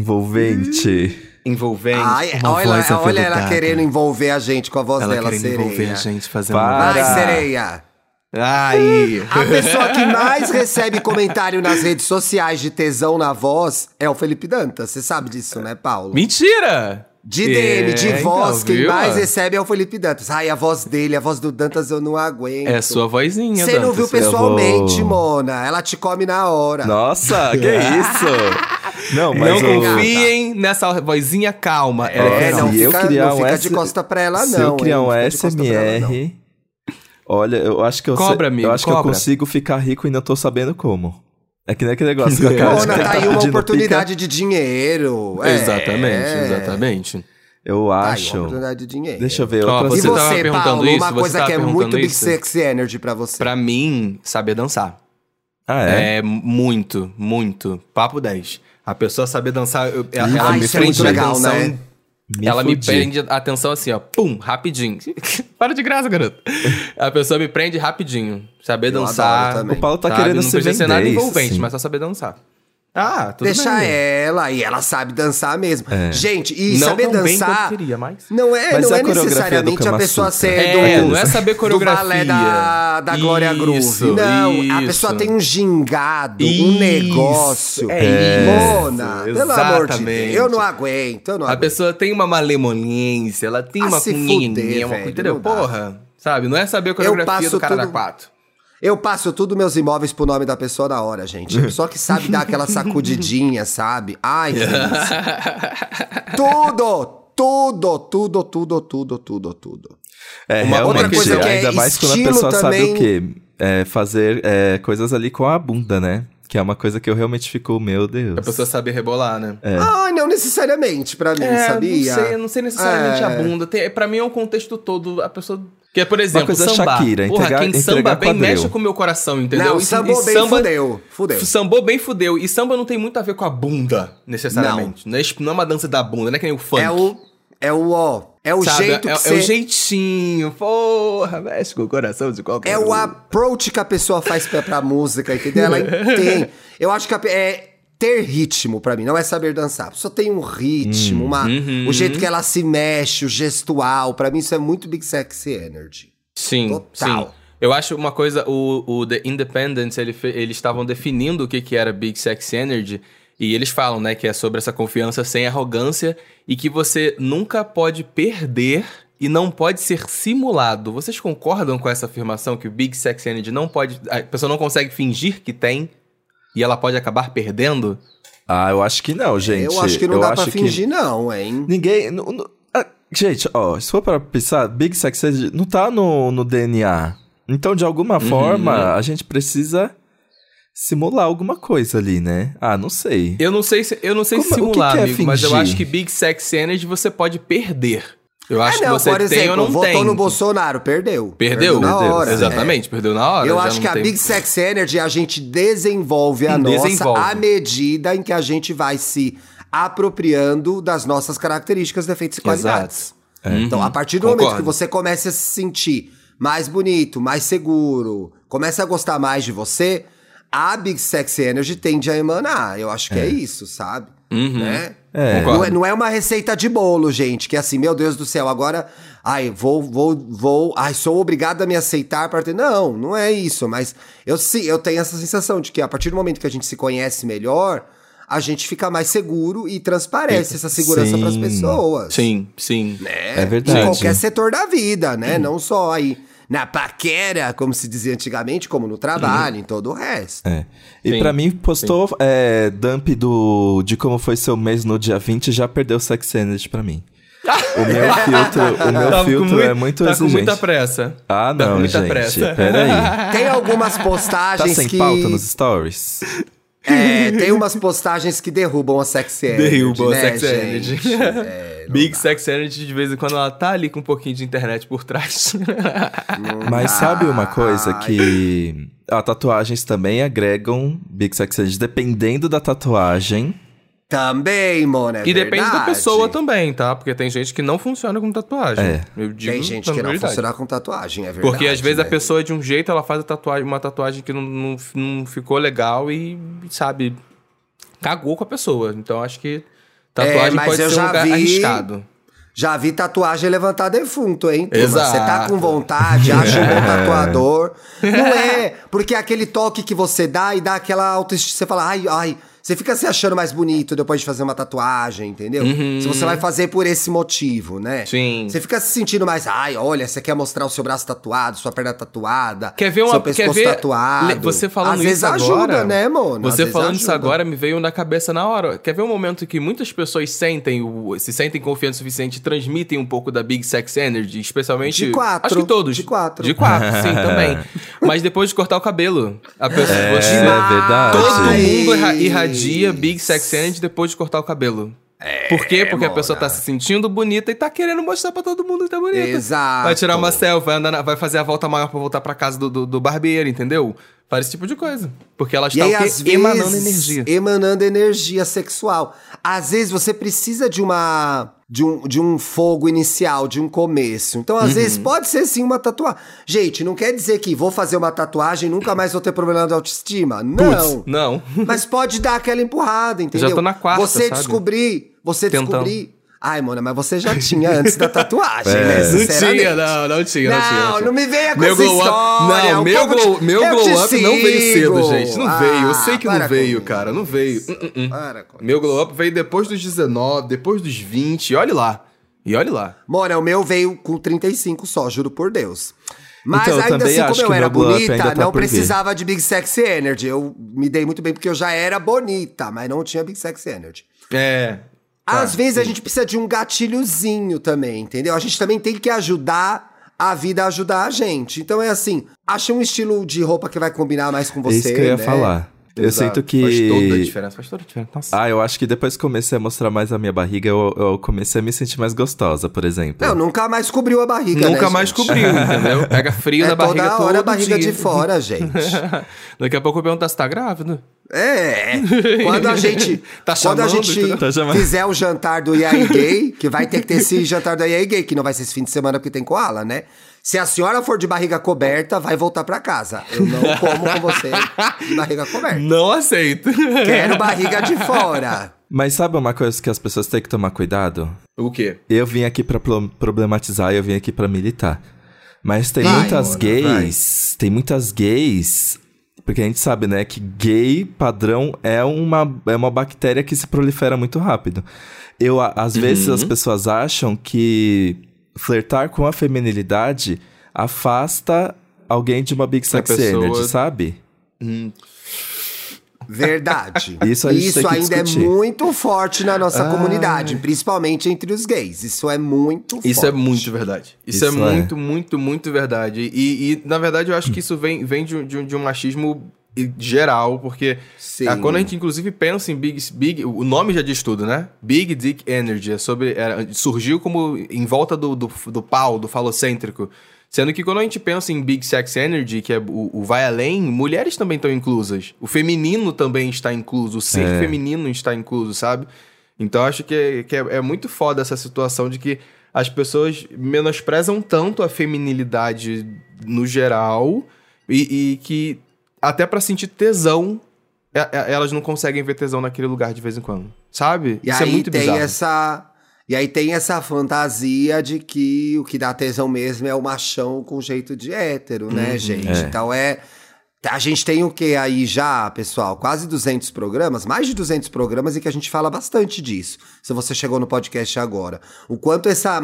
Speaker 2: envolvente.
Speaker 3: Envolvente.
Speaker 1: Ai,
Speaker 2: uma
Speaker 1: olha,
Speaker 2: voz
Speaker 1: olha ela
Speaker 2: aveludada.
Speaker 1: querendo envolver a gente com a voz
Speaker 3: ela
Speaker 1: dela,
Speaker 3: querendo
Speaker 1: sereia.
Speaker 3: envolver a gente um fazendo.
Speaker 2: Para.
Speaker 1: Vai, sereia!
Speaker 3: Aí.
Speaker 1: A pessoa que mais recebe comentário nas redes sociais de tesão na voz é o Felipe Dantas. Você sabe disso, né, Paulo?
Speaker 3: Mentira!
Speaker 1: De DM, de
Speaker 3: É, então,
Speaker 1: voz, quem
Speaker 3: viu?
Speaker 1: mais recebe é o Felipe Dantas. Ai, a voz dele, a voz do Dantas eu não aguento.
Speaker 3: É sua vozinha,
Speaker 1: Você não
Speaker 3: Dantas.
Speaker 1: viu
Speaker 2: eu vou-
Speaker 1: pessoalmente, Mona. Ela te come na hora.
Speaker 2: Nossa, que isso? Não,
Speaker 3: Não
Speaker 2: mas o-
Speaker 3: confiem nessa vozinha calma. Ela
Speaker 2: É,
Speaker 3: é,
Speaker 2: se
Speaker 1: não,
Speaker 3: não.
Speaker 2: eu
Speaker 1: fica-
Speaker 2: criar
Speaker 1: não
Speaker 2: um
Speaker 1: fica
Speaker 2: S-
Speaker 1: de costa pra ela,
Speaker 2: Se
Speaker 1: não,
Speaker 2: eu criar
Speaker 1: hein?
Speaker 2: um
Speaker 1: Não fica de costa pra ela, não.
Speaker 2: SMR. Olha, eu acho que eu sei-
Speaker 3: Cobra, amigo,
Speaker 2: Eu acho que eu
Speaker 3: cobra.
Speaker 2: consigo ficar rico e não tô sabendo como. É que nem aquele negócio que eu acabo de
Speaker 1: Mona, tá
Speaker 2: tentar
Speaker 1: aí uma
Speaker 2: pedir no
Speaker 1: oportunidade de dinheiro. É,
Speaker 3: Exatamente,
Speaker 1: é.
Speaker 3: exatamente.
Speaker 2: Pica. Eu
Speaker 1: Tá aí uma
Speaker 2: acho.
Speaker 1: oportunidade de dinheiro.
Speaker 2: Deixa eu ver.
Speaker 3: Ó,
Speaker 2: outra
Speaker 1: E
Speaker 3: Você
Speaker 1: você,
Speaker 2: coisa.
Speaker 3: tava perguntando
Speaker 1: Paulo,
Speaker 3: isso?
Speaker 1: uma
Speaker 3: Você
Speaker 1: coisa
Speaker 3: tava
Speaker 1: que é muito
Speaker 3: perguntando
Speaker 1: Big
Speaker 3: isso?
Speaker 1: Sexy Energy pra você.
Speaker 3: Pra mim, saber dançar.
Speaker 2: Ah, é?
Speaker 3: É, muito, muito. Papo 10. A pessoa saber dançar, eu- ela,
Speaker 2: Ih,
Speaker 3: ela
Speaker 2: ah,
Speaker 3: me
Speaker 1: isso é muito
Speaker 3: prende a
Speaker 1: legal,
Speaker 3: atenção.
Speaker 1: né?
Speaker 2: Me
Speaker 3: ela me
Speaker 2: fudi.
Speaker 3: prende a atenção assim, ó. Pum, rapidinho. Para de graça, garoto. A pessoa me prende rapidinho. Saber
Speaker 1: Eu
Speaker 3: dançar.
Speaker 1: adoro também.
Speaker 2: O Paulo tá
Speaker 3: sabe?
Speaker 2: querendo
Speaker 3: Não
Speaker 2: se
Speaker 3: precisa ser
Speaker 2: vender,
Speaker 3: nada
Speaker 2: isso
Speaker 3: envolvente,
Speaker 2: sim.
Speaker 3: mas só saber dançar. Ah, tudo
Speaker 1: Deixa
Speaker 3: bem.
Speaker 1: ela, e ela sabe dançar mesmo.
Speaker 2: É.
Speaker 1: Gente, e
Speaker 3: não
Speaker 1: saber
Speaker 3: tão bem
Speaker 1: dançar
Speaker 3: quanto eu queria, mas...
Speaker 1: não é,
Speaker 2: Mas
Speaker 1: não
Speaker 2: a
Speaker 1: é
Speaker 2: coreografia do
Speaker 1: necessariamente a
Speaker 2: Kama
Speaker 1: pessoa
Speaker 2: Sutra?
Speaker 1: ser
Speaker 3: É,
Speaker 1: do,
Speaker 3: não é saber coreografia.
Speaker 1: do balé da, da Glória
Speaker 3: Isso,
Speaker 1: Groove. Não, a
Speaker 3: isso.
Speaker 1: pessoa tem um gingado, um
Speaker 3: Isso,
Speaker 1: negócio.
Speaker 3: é isso,
Speaker 1: Mona, pelo amor de Deus,
Speaker 3: exatamente.
Speaker 1: eu não aguento, eu não
Speaker 3: A
Speaker 1: aguento.
Speaker 3: pessoa tem uma malemolência, ela tem
Speaker 1: Ah,
Speaker 3: uma
Speaker 1: se
Speaker 3: cunhinha,
Speaker 1: fuder,
Speaker 3: uma
Speaker 1: velho,
Speaker 3: entendeu?
Speaker 1: não dá.
Speaker 3: Porra, sabe? Não é saber a coreografia
Speaker 1: passo
Speaker 3: do cara da
Speaker 1: tudo-
Speaker 3: quatro.
Speaker 1: Eu passo tudo meus imóveis pro nome da pessoa na hora, gente. A pessoa que sabe dar aquela sacudidinha, sabe? Ai, que delícia. Tudo, tudo, tudo, tudo, tudo, tudo, tudo.
Speaker 2: É,
Speaker 3: Uma
Speaker 2: realmente,
Speaker 3: outra coisa que é
Speaker 2: ainda mais quando a
Speaker 1: estilo
Speaker 2: pessoa sabe
Speaker 1: também-
Speaker 2: o quê? É fazer é, coisas ali com a bunda, né? Que é uma coisa que eu realmente fico, meu Deus.
Speaker 3: A pessoa saber rebolar, né?
Speaker 2: É.
Speaker 1: Ai, não necessariamente pra mim, É, sabia?
Speaker 3: É, Não sei, não sei necessariamente
Speaker 1: É.
Speaker 3: a bunda. Tem, pra mim é um contexto todo, a pessoa... Que é, por exemplo,
Speaker 2: coisa é
Speaker 3: sambar.
Speaker 2: Shakira,
Speaker 3: Porra,
Speaker 2: entregar-
Speaker 3: quem samba
Speaker 2: entregar
Speaker 3: bem
Speaker 2: quadril.
Speaker 3: mexe com o meu coração, entendeu?
Speaker 1: Não,
Speaker 3: E- e
Speaker 1: sambou bem,
Speaker 3: samba-
Speaker 1: fudeu. Fudeu.
Speaker 3: Sambou bem fudeu. E samba não tem muito a ver com a bunda, necessariamente. Não, é, esp- não é uma dança da bunda, não é que nem o funk.
Speaker 1: É o, é o ó, é o
Speaker 3: sabe?
Speaker 1: jeito
Speaker 3: é,
Speaker 1: que
Speaker 3: é o
Speaker 1: você...
Speaker 3: jeitinho. Porra, mexe com o coração de qualquer
Speaker 1: É o
Speaker 3: um.
Speaker 1: approach que a pessoa faz pra, pra música, entendeu?
Speaker 3: É.
Speaker 1: Ela tem. Eu acho que a pe- é ter ritmo pra mim, não é saber dançar. Só tem um ritmo, uma,
Speaker 3: Uhum.
Speaker 1: o jeito que ela se mexe, o gestual. Pra mim isso é muito Big Sexy Energy.
Speaker 3: Sim,
Speaker 1: Total.
Speaker 3: sim. Eu acho uma coisa, o, o The Independence, ele fe- eles estavam definindo o que, que era Big Sex Energy, e eles falam, né, que é sobre essa confiança sem arrogância e que você nunca pode perder e não pode ser simulado. Vocês concordam com essa afirmação que o Big Sex Energy não pode. A pessoa não consegue fingir que tem e ela pode acabar perdendo?
Speaker 2: Ah, eu acho que não, gente.
Speaker 1: eu acho que não dá pra
Speaker 2: acho que
Speaker 1: fingir não, hein?
Speaker 2: Ninguém... nu- nu- ah, gente, ó, se for pra pensar, Big Sex Ed não tá no, no DNA. Então, de alguma forma, a gente precisa simular alguma coisa ali, né? Ah, não sei.
Speaker 3: Eu não sei se eu não sei
Speaker 2: Como-
Speaker 3: se
Speaker 2: o que
Speaker 3: simular,
Speaker 2: que é
Speaker 3: amigo, mas eu
Speaker 2: fingir?
Speaker 3: acho que Big Sex Energy você pode perder. Eu acho
Speaker 1: é, não,
Speaker 3: que você
Speaker 1: por exemplo,
Speaker 3: tem ou não
Speaker 1: votou
Speaker 3: tem.
Speaker 1: no Bolsonaro, perdeu.
Speaker 3: Perdeu?
Speaker 1: na hora. né?
Speaker 3: Exatamente, perdeu na hora.
Speaker 1: Eu
Speaker 3: já
Speaker 1: acho
Speaker 3: não
Speaker 1: que a
Speaker 3: tem-
Speaker 1: Big Sex Energy a gente desenvolve a
Speaker 3: Desenvolve.
Speaker 1: nossa à medida em que a gente vai se apropriando das nossas características, defeitos e qualidades. Então, a partir do momento que
Speaker 3: É. Uhum. Concordo.
Speaker 1: você começa a se sentir mais bonito, mais seguro, começa a gostar mais de você, a Big Sex Energy tende a emanar. Eu acho que é, isso, sabe?
Speaker 3: Uhum.
Speaker 1: Né?
Speaker 2: É.
Speaker 1: Não
Speaker 3: Concordo.
Speaker 1: é, não é uma receita de bolo, gente, que é assim, meu Deus do céu, agora, ai, vou, vou, vou, ai, sou obrigado a me aceitar para ter. Não, não é isso, mas eu sim, eu tenho essa sensação de que a partir do momento que a gente se conhece melhor, a gente fica mais seguro e transparece essa segurança
Speaker 2: Sim.
Speaker 1: para as pessoas.
Speaker 3: Sim, sim.
Speaker 1: É,
Speaker 2: É verdade.
Speaker 1: Em qualquer setor da vida, né? Não só aí na paquera, como se dizia antigamente, como no trabalho, em todo o resto.
Speaker 2: É. E
Speaker 3: Sim,
Speaker 2: pra mim, postou é, dump do, de como foi seu mês no dia 20 já perdeu Sex Energy pra mim. O meu filtro, o meu
Speaker 3: Tava com
Speaker 2: filtro
Speaker 3: mui-
Speaker 2: é muito
Speaker 3: Tá com
Speaker 2: exigente.
Speaker 3: muita pressa.
Speaker 2: Ah,
Speaker 3: Tá com
Speaker 2: não,
Speaker 3: muita
Speaker 2: gente.
Speaker 3: pressa.
Speaker 2: Peraí.
Speaker 1: Tem algumas
Speaker 2: Tá
Speaker 1: postagens
Speaker 2: sem
Speaker 1: que.
Speaker 2: pauta nos stories?
Speaker 1: É, tem umas postagens que derrubam a sex energy.
Speaker 3: Derrubam a
Speaker 1: né,
Speaker 3: sex
Speaker 1: gente?
Speaker 3: energy.
Speaker 1: É, não
Speaker 3: Big
Speaker 1: dá.
Speaker 3: Sex Energy, de vez em quando, ela tá ali com um pouquinho de internet por trás.
Speaker 2: Mas
Speaker 1: Ah,
Speaker 2: sabe uma coisa que a tatuagens também agregam Big Sex Energy, dependendo da tatuagem. é
Speaker 1: Também, Mona. é
Speaker 3: e depende da
Speaker 1: verdade.
Speaker 3: pessoa também, tá? Porque tem gente que não funciona com tatuagem.
Speaker 2: É.
Speaker 3: Eu digo
Speaker 1: Tem gente
Speaker 3: na
Speaker 1: que não
Speaker 3: verdade.
Speaker 1: funciona com tatuagem, é verdade.
Speaker 3: Porque às vezes a
Speaker 1: né?
Speaker 3: pessoa de um jeito, ela faz a tatuagem, uma tatuagem que não, não, não ficou legal e, sabe, cagou com a pessoa. Então acho que
Speaker 1: É,
Speaker 3: tatuagem
Speaker 1: mas
Speaker 3: pode
Speaker 1: eu
Speaker 3: ser
Speaker 1: já
Speaker 3: um lugar
Speaker 1: vi-
Speaker 3: arriscado.
Speaker 1: Já vi tatuagem levantar defunto, hein? turma?
Speaker 3: Exato.
Speaker 1: Você tá com vontade, acha um bom tatuador. Não é, porque é aquele toque que você dá e dá aquela autoestima. Você fala, ai, ai. Você fica se achando mais bonito depois de fazer uma tatuagem, entendeu?
Speaker 3: Uhum.
Speaker 1: Se você vai fazer por esse motivo, né?
Speaker 3: Sim.
Speaker 1: Você fica se sentindo mais, ai, olha, você quer mostrar o seu braço tatuado, sua perna tatuada,
Speaker 3: Quer ver
Speaker 1: seu
Speaker 3: uma
Speaker 1: pescoço
Speaker 3: quer ver Le-
Speaker 1: tatuado.
Speaker 3: Você falando
Speaker 1: Às vezes
Speaker 3: isso agora,
Speaker 1: ajuda, né, mano? Às
Speaker 3: Você
Speaker 1: vezes
Speaker 3: falando isso
Speaker 1: ajuda.
Speaker 3: agora me veio na cabeça na hora. Quer ver um momento que muitas pessoas sentem, o- se sentem confiantes o suficiente, e transmitem um pouco da Big Sex Energy, especialmente
Speaker 1: De quatro.
Speaker 3: Acho que todos.
Speaker 1: De quatro.
Speaker 3: De quatro, sim, também. Mas depois de cortar o cabelo, a pessoa
Speaker 2: É,
Speaker 3: você-
Speaker 1: Ah,
Speaker 2: verdade.
Speaker 3: Todo
Speaker 1: Ai.
Speaker 3: mundo irra- irradia Big Sex Energy depois de cortar o cabelo. Por quê? Porque a pessoa tá
Speaker 1: É, mona.
Speaker 3: se sentindo bonita e tá querendo mostrar pra todo mundo que tá bonita.
Speaker 1: Exato.
Speaker 3: Vai tirar uma selfie, vai, andar na- vai fazer a volta maior pra voltar pra casa do, do, do barbeiro, entendeu? Faz esse tipo de coisa. Porque ela
Speaker 1: E
Speaker 3: está
Speaker 1: aí,
Speaker 3: o quê?
Speaker 1: às vezes,
Speaker 3: tá emanando energia.
Speaker 1: Emanando energia sexual. Às vezes você precisa de uma. De um, de um fogo inicial, de um começo. Então, às vezes,
Speaker 3: Uhum.
Speaker 1: pode ser sim uma tatuagem. Gente, não quer dizer que vou fazer uma tatuagem e nunca mais vou ter problema de autoestima. Não.
Speaker 3: Não.
Speaker 1: Mas pode dar aquela empurrada, entendeu?
Speaker 3: tô na quarta,
Speaker 1: Você
Speaker 3: sabe?
Speaker 1: descobrir. Você
Speaker 3: Tentando.
Speaker 1: descobrir. Ai, Mona, mas você já tinha antes da tatuagem,
Speaker 2: É.
Speaker 1: né?
Speaker 2: Não
Speaker 3: Não
Speaker 1: Sinceramente.
Speaker 3: tinha, não, não tinha, não, tinha.
Speaker 1: Não, não me venha com
Speaker 3: Meu
Speaker 1: essa
Speaker 3: glow up-
Speaker 1: história.
Speaker 3: Não,
Speaker 1: um
Speaker 3: meu
Speaker 1: pouco de-
Speaker 3: glow, meu
Speaker 1: Eu
Speaker 3: glow
Speaker 1: te
Speaker 3: up não veio cedo,
Speaker 1: sigo.
Speaker 3: gente. Não
Speaker 1: Ah,
Speaker 3: veio. Eu sei que não
Speaker 1: para
Speaker 3: veio,
Speaker 1: com
Speaker 3: cara. Não
Speaker 1: isso.
Speaker 3: veio. Uh, uh, uh.
Speaker 1: Para com
Speaker 3: Meu glow up veio depois dos 19, depois dos 20. Olha lá. E olha lá.
Speaker 1: Mora, o meu veio com 35 só, juro por Deus. Mas
Speaker 2: Então, eu
Speaker 1: ainda
Speaker 2: também
Speaker 1: assim, como
Speaker 2: acho
Speaker 1: eu
Speaker 2: que
Speaker 1: era
Speaker 2: meu glow up ainda
Speaker 1: bonita,
Speaker 2: tá
Speaker 1: não
Speaker 2: por vir.
Speaker 1: precisava de Big Sexy Energy. Eu me dei muito bem porque eu já era bonita, mas não tinha Big Sexy Energy.
Speaker 3: É. Tá,
Speaker 1: Às vezes a gente precisa de um gatilhozinho também, entendeu? A gente também tem que ajudar a vida a ajudar a gente. Então é assim, acha um estilo de roupa que vai combinar mais com
Speaker 2: É
Speaker 1: você,
Speaker 2: isso que eu ia
Speaker 1: né?
Speaker 2: falar. Eu
Speaker 1: Exato.
Speaker 2: sinto que.
Speaker 3: Faz toda a diferença. Faz toda a diferença. Nossa.
Speaker 2: Ah, eu acho que depois que comecei a mostrar mais a minha barriga, eu, eu comecei a me sentir mais gostosa, por exemplo.
Speaker 1: Não, nunca mais cobriu a barriga, né,
Speaker 3: Nunca mais
Speaker 1: gente?
Speaker 3: cobriu, entendeu? Pega frio
Speaker 1: É
Speaker 3: na barriga
Speaker 1: toda hora a
Speaker 3: todo
Speaker 1: barriga
Speaker 3: dia.
Speaker 1: de fora, gente.
Speaker 3: Daqui a pouco eu pergunto se tá grávida.
Speaker 1: É. Quando a gente,
Speaker 3: Tá
Speaker 1: quando a
Speaker 3: chamando,
Speaker 1: gente
Speaker 2: tá chamando.
Speaker 1: fizer o jantar do IAI Gay, que vai ter que ter esse jantar do IAI Gay, que não vai ser esse fim de semana porque tem koala, né? Se a senhora for de barriga coberta, vai voltar pra casa. Eu não como com você de barriga coberta.
Speaker 3: Não aceito.
Speaker 1: Quero barriga de fora.
Speaker 2: Mas sabe uma coisa que as pessoas têm que tomar cuidado?
Speaker 3: O quê?
Speaker 2: Eu vim aqui pra pro- problematizar, eu vim aqui pra militar. Mas tem
Speaker 1: Vai,
Speaker 2: muitas
Speaker 1: Mona,
Speaker 2: gays, tem muitas gays, porque a gente sabe, né, que gay padrão é uma, é uma bactéria que se prolifera muito rápido. Eu, a- às vezes
Speaker 1: Uhum.
Speaker 2: as pessoas acham que flertar com a feminilidade afasta alguém de uma big sex
Speaker 3: pessoa-
Speaker 2: energy, sabe?
Speaker 1: Verdade.
Speaker 2: Isso a gente tem que
Speaker 1: ainda
Speaker 2: discutir. Ah.
Speaker 1: é muito forte na nossa
Speaker 2: Ai.
Speaker 1: comunidade, principalmente entre os gays. Isso é muito
Speaker 3: Isso
Speaker 1: forte.
Speaker 3: é muito verdade.
Speaker 2: Isso
Speaker 3: Isso, é,
Speaker 2: é.
Speaker 3: muito, muito, muito verdade. E, e, na verdade, eu acho que isso vem, vem de, um- de um- de um machismo geral, porque
Speaker 1: Sim.
Speaker 3: ah, quando a gente inclusive pensa em Big, Big, o nome já diz tudo, né? Big Dick Energy, é sobre, era- surgiu como em volta do, do, do pau, do falocêntrico. Sendo que quando a gente pensa em Big Sex Energy, que é o, o vai além, mulheres também estão inclusas. O feminino também está incluso, o ser
Speaker 2: É.
Speaker 3: feminino está incluso, sabe? Então acho que, que é, é muito foda essa situação de que as pessoas menosprezam tanto a feminilidade no geral e, e que até pra sentir tesão, e- e- elas não conseguem ver tesão naquele lugar de vez em quando. Sabe?
Speaker 1: E
Speaker 3: Isso
Speaker 1: aí
Speaker 3: é muito
Speaker 1: tem
Speaker 3: bizarro.
Speaker 1: essa. E aí tem essa fantasia de que o que dá tesão mesmo é o machão com jeito de hétero,
Speaker 3: Uhum.
Speaker 1: né, gente?
Speaker 2: é.
Speaker 1: Então é. A gente tem o que aí já, pessoal? Quase 200 programas, mais de 200 programas em que a gente fala bastante disso. Se você chegou no podcast agora. O quanto essa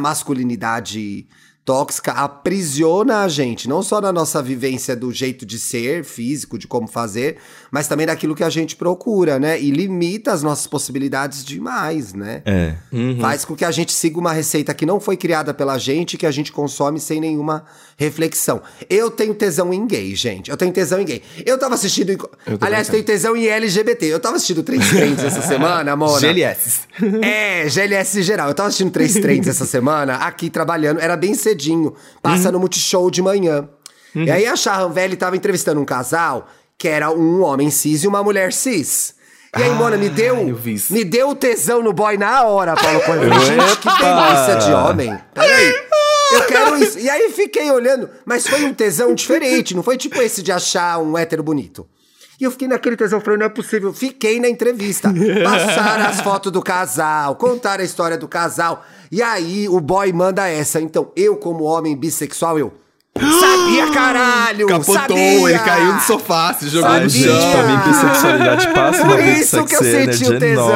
Speaker 1: masculinidade tóxica aprisiona a gente, não só na nossa vivência do jeito de ser físico, de como fazer, mas também daquilo que a gente procura, né? E limita as nossas possibilidades demais, né?
Speaker 2: É.
Speaker 3: Uhum.
Speaker 1: Faz com que a gente siga uma receita que não foi criada pela gente, que a gente consome sem nenhuma reflexão. Eu tenho tesão em gay, gente. Eu tenho tesão em gay. Eu tava assistindo. em-
Speaker 3: também
Speaker 1: Aliás, tenho tesão em LGBT. Eu tava assistindo Três Trends essa semana, Mona.
Speaker 3: GLS.
Speaker 1: É, GLS geral. Eu tava assistindo Três Trends essa semana, aqui trabalhando. Era bem cedinho.
Speaker 3: Uhum.
Speaker 1: Passa no Multishow de manhã. E aí a Sharon Velli tava entrevistando um casal que era um homem cis e uma mulher cis. E aí,
Speaker 3: Ah,
Speaker 1: Mona, me deu,
Speaker 3: eu vi isso.
Speaker 1: me deu o tesão no boy na hora, Paulo Coelho.
Speaker 2: Epa!
Speaker 1: Gente, que delícia de homem. Peraí. Eu quero isso. E aí fiquei olhando, mas foi um tesão diferente. Não foi tipo esse de achar um hétero bonito. E eu fiquei naquele tesão, falei, não é possível. Fiquei na entrevista. Passaram as fotos do casal, contaram a história do casal. E aí o boy manda essa. Então, eu, como homem bissexual, eu. Sabia, caralho!
Speaker 3: Capotou,
Speaker 1: sabia!
Speaker 3: ele caiu do sofá, se jogou
Speaker 2: Ai,
Speaker 3: no
Speaker 2: gente,
Speaker 3: chão.
Speaker 2: pra mim, bissexualidade passa uma
Speaker 1: Por
Speaker 2: big
Speaker 1: isso que eu
Speaker 2: sex
Speaker 1: senti o
Speaker 2: energy
Speaker 1: tesão.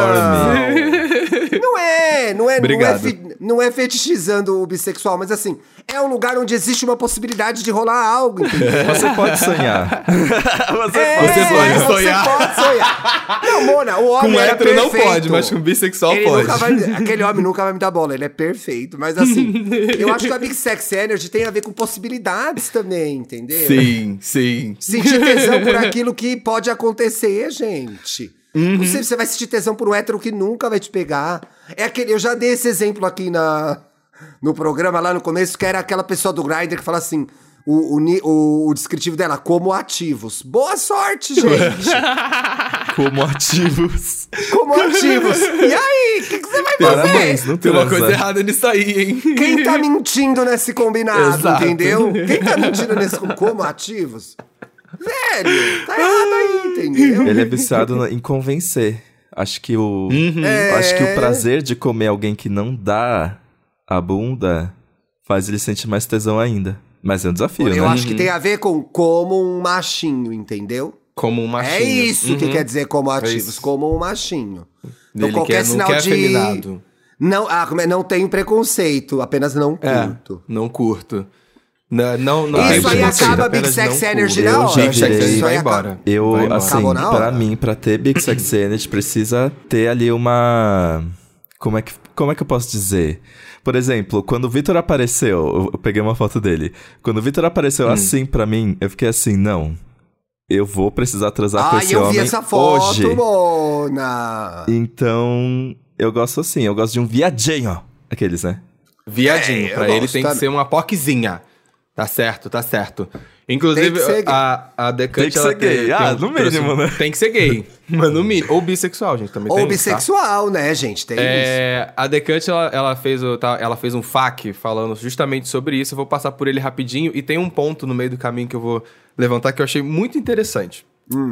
Speaker 2: enorme.
Speaker 1: Não é, não é, não é,
Speaker 3: Obrigado.
Speaker 1: fe- não é fetichizando o bissexual, mas assim, é um lugar onde existe uma possibilidade de rolar algo, entendeu?
Speaker 2: Você pode sonhar. Você
Speaker 1: É,
Speaker 3: Você pode sonhar.
Speaker 1: Você pode sonhar. Não, Mona, o homem
Speaker 3: Com
Speaker 1: era
Speaker 3: hétero não
Speaker 1: perfeito.
Speaker 3: pode, mas com bissexual
Speaker 1: Ele
Speaker 3: pode.
Speaker 1: nunca vai me- aquele homem nunca vai me dar bola, ele é perfeito. Mas assim, eu acho que a Big Sex Energy tem a ver com possibilidades também, entendeu?
Speaker 3: Sim, sim.
Speaker 1: Sentir tesão por aquilo que pode acontecer, gente. Não sei se você vai sentir tesão por um hétero que nunca vai te pegar. É aquele, eu já dei esse exemplo aqui na, no programa, lá no começo, que era aquela pessoa do Grindr que fala assim. O, o, ni- o- o descritivo dela, como ativos. Boa sorte, gente!
Speaker 2: Como ativos.
Speaker 1: Como ativos! E aí, o que, que você vai fazer?
Speaker 2: Parabéns, não
Speaker 3: Tem uma coisa
Speaker 2: transa.
Speaker 3: errada nisso aí, hein?
Speaker 1: Quem tá mentindo nesse combinado,
Speaker 3: Exato.
Speaker 1: entendeu? Quem tá mentindo nesse com- como ativos? Velho, tá errado aí, entendeu?
Speaker 2: Ele é viciado na- em convencer. Acho que o.
Speaker 1: É.
Speaker 2: Acho que o prazer de comer alguém que não dá a bunda faz ele sentir mais tesão ainda. Mas é um desafio,
Speaker 1: Eu
Speaker 2: né?
Speaker 1: acho
Speaker 3: Uhum.
Speaker 1: que tem a ver com como um machinho, entendeu?
Speaker 3: Como um machinho.
Speaker 1: É isso que
Speaker 3: Uhum.
Speaker 1: quer dizer como ativos,
Speaker 3: isso.
Speaker 1: como um machinho. Então
Speaker 3: Ele
Speaker 1: qualquer
Speaker 3: quer, não
Speaker 1: sinal
Speaker 3: quer
Speaker 1: de
Speaker 3: afeminado.
Speaker 1: não, ah, como é? não tenho preconceito, apenas não
Speaker 3: É,
Speaker 1: curto.
Speaker 3: não curto. Não, não, não
Speaker 2: Isso aí
Speaker 1: acaba Big Sex Energy
Speaker 2: na hora,
Speaker 3: Big Sex
Speaker 2: gente.
Speaker 3: Energy vai
Speaker 1: Isso aí acaba-
Speaker 3: embora.
Speaker 2: Eu,
Speaker 3: Vai embora.
Speaker 2: assim,
Speaker 1: Acabou na hora.
Speaker 2: pra mim, pra ter Big Sex Energy, precisa ter ali uma. Como é, que, como é que eu posso dizer? Por exemplo, quando o Vitor apareceu, eu- eu peguei uma foto dele. Quando o Vitor apareceu
Speaker 1: Hum.
Speaker 2: assim pra mim, eu fiquei assim, não. Eu vou precisar transar com
Speaker 1: Ai,
Speaker 2: esse
Speaker 1: eu
Speaker 2: homem
Speaker 1: vi essa foto,
Speaker 2: hoje.
Speaker 1: Mona!
Speaker 2: Então, eu gosto assim, eu gosto de um viadinho. Aqueles, né?
Speaker 3: Viadinho,
Speaker 1: É, eu
Speaker 3: pra ele
Speaker 1: gosto
Speaker 3: tem que
Speaker 1: também.
Speaker 3: ser uma poquezinha. Tá certo, tá certo. Inclusive,
Speaker 1: Tem que ser gay.
Speaker 3: a, a Decante,
Speaker 2: Tem que
Speaker 3: ela
Speaker 2: ser gay.
Speaker 3: tem-
Speaker 2: Ah,
Speaker 3: tem um-
Speaker 2: no mínimo, né?
Speaker 3: Tem que ser gay. Mas no mínimo. Ou bissexual, gente, também tem
Speaker 1: Ou
Speaker 3: isso, tá?
Speaker 1: bissexual, né, gente? Tem isso.
Speaker 3: É, a Decante, ela, ela fez, o- tá, ela fez um FAQ falando justamente sobre isso. Eu vou passar por ele rapidinho. E tem um ponto no meio do caminho que eu vou levantar que eu achei muito interessante.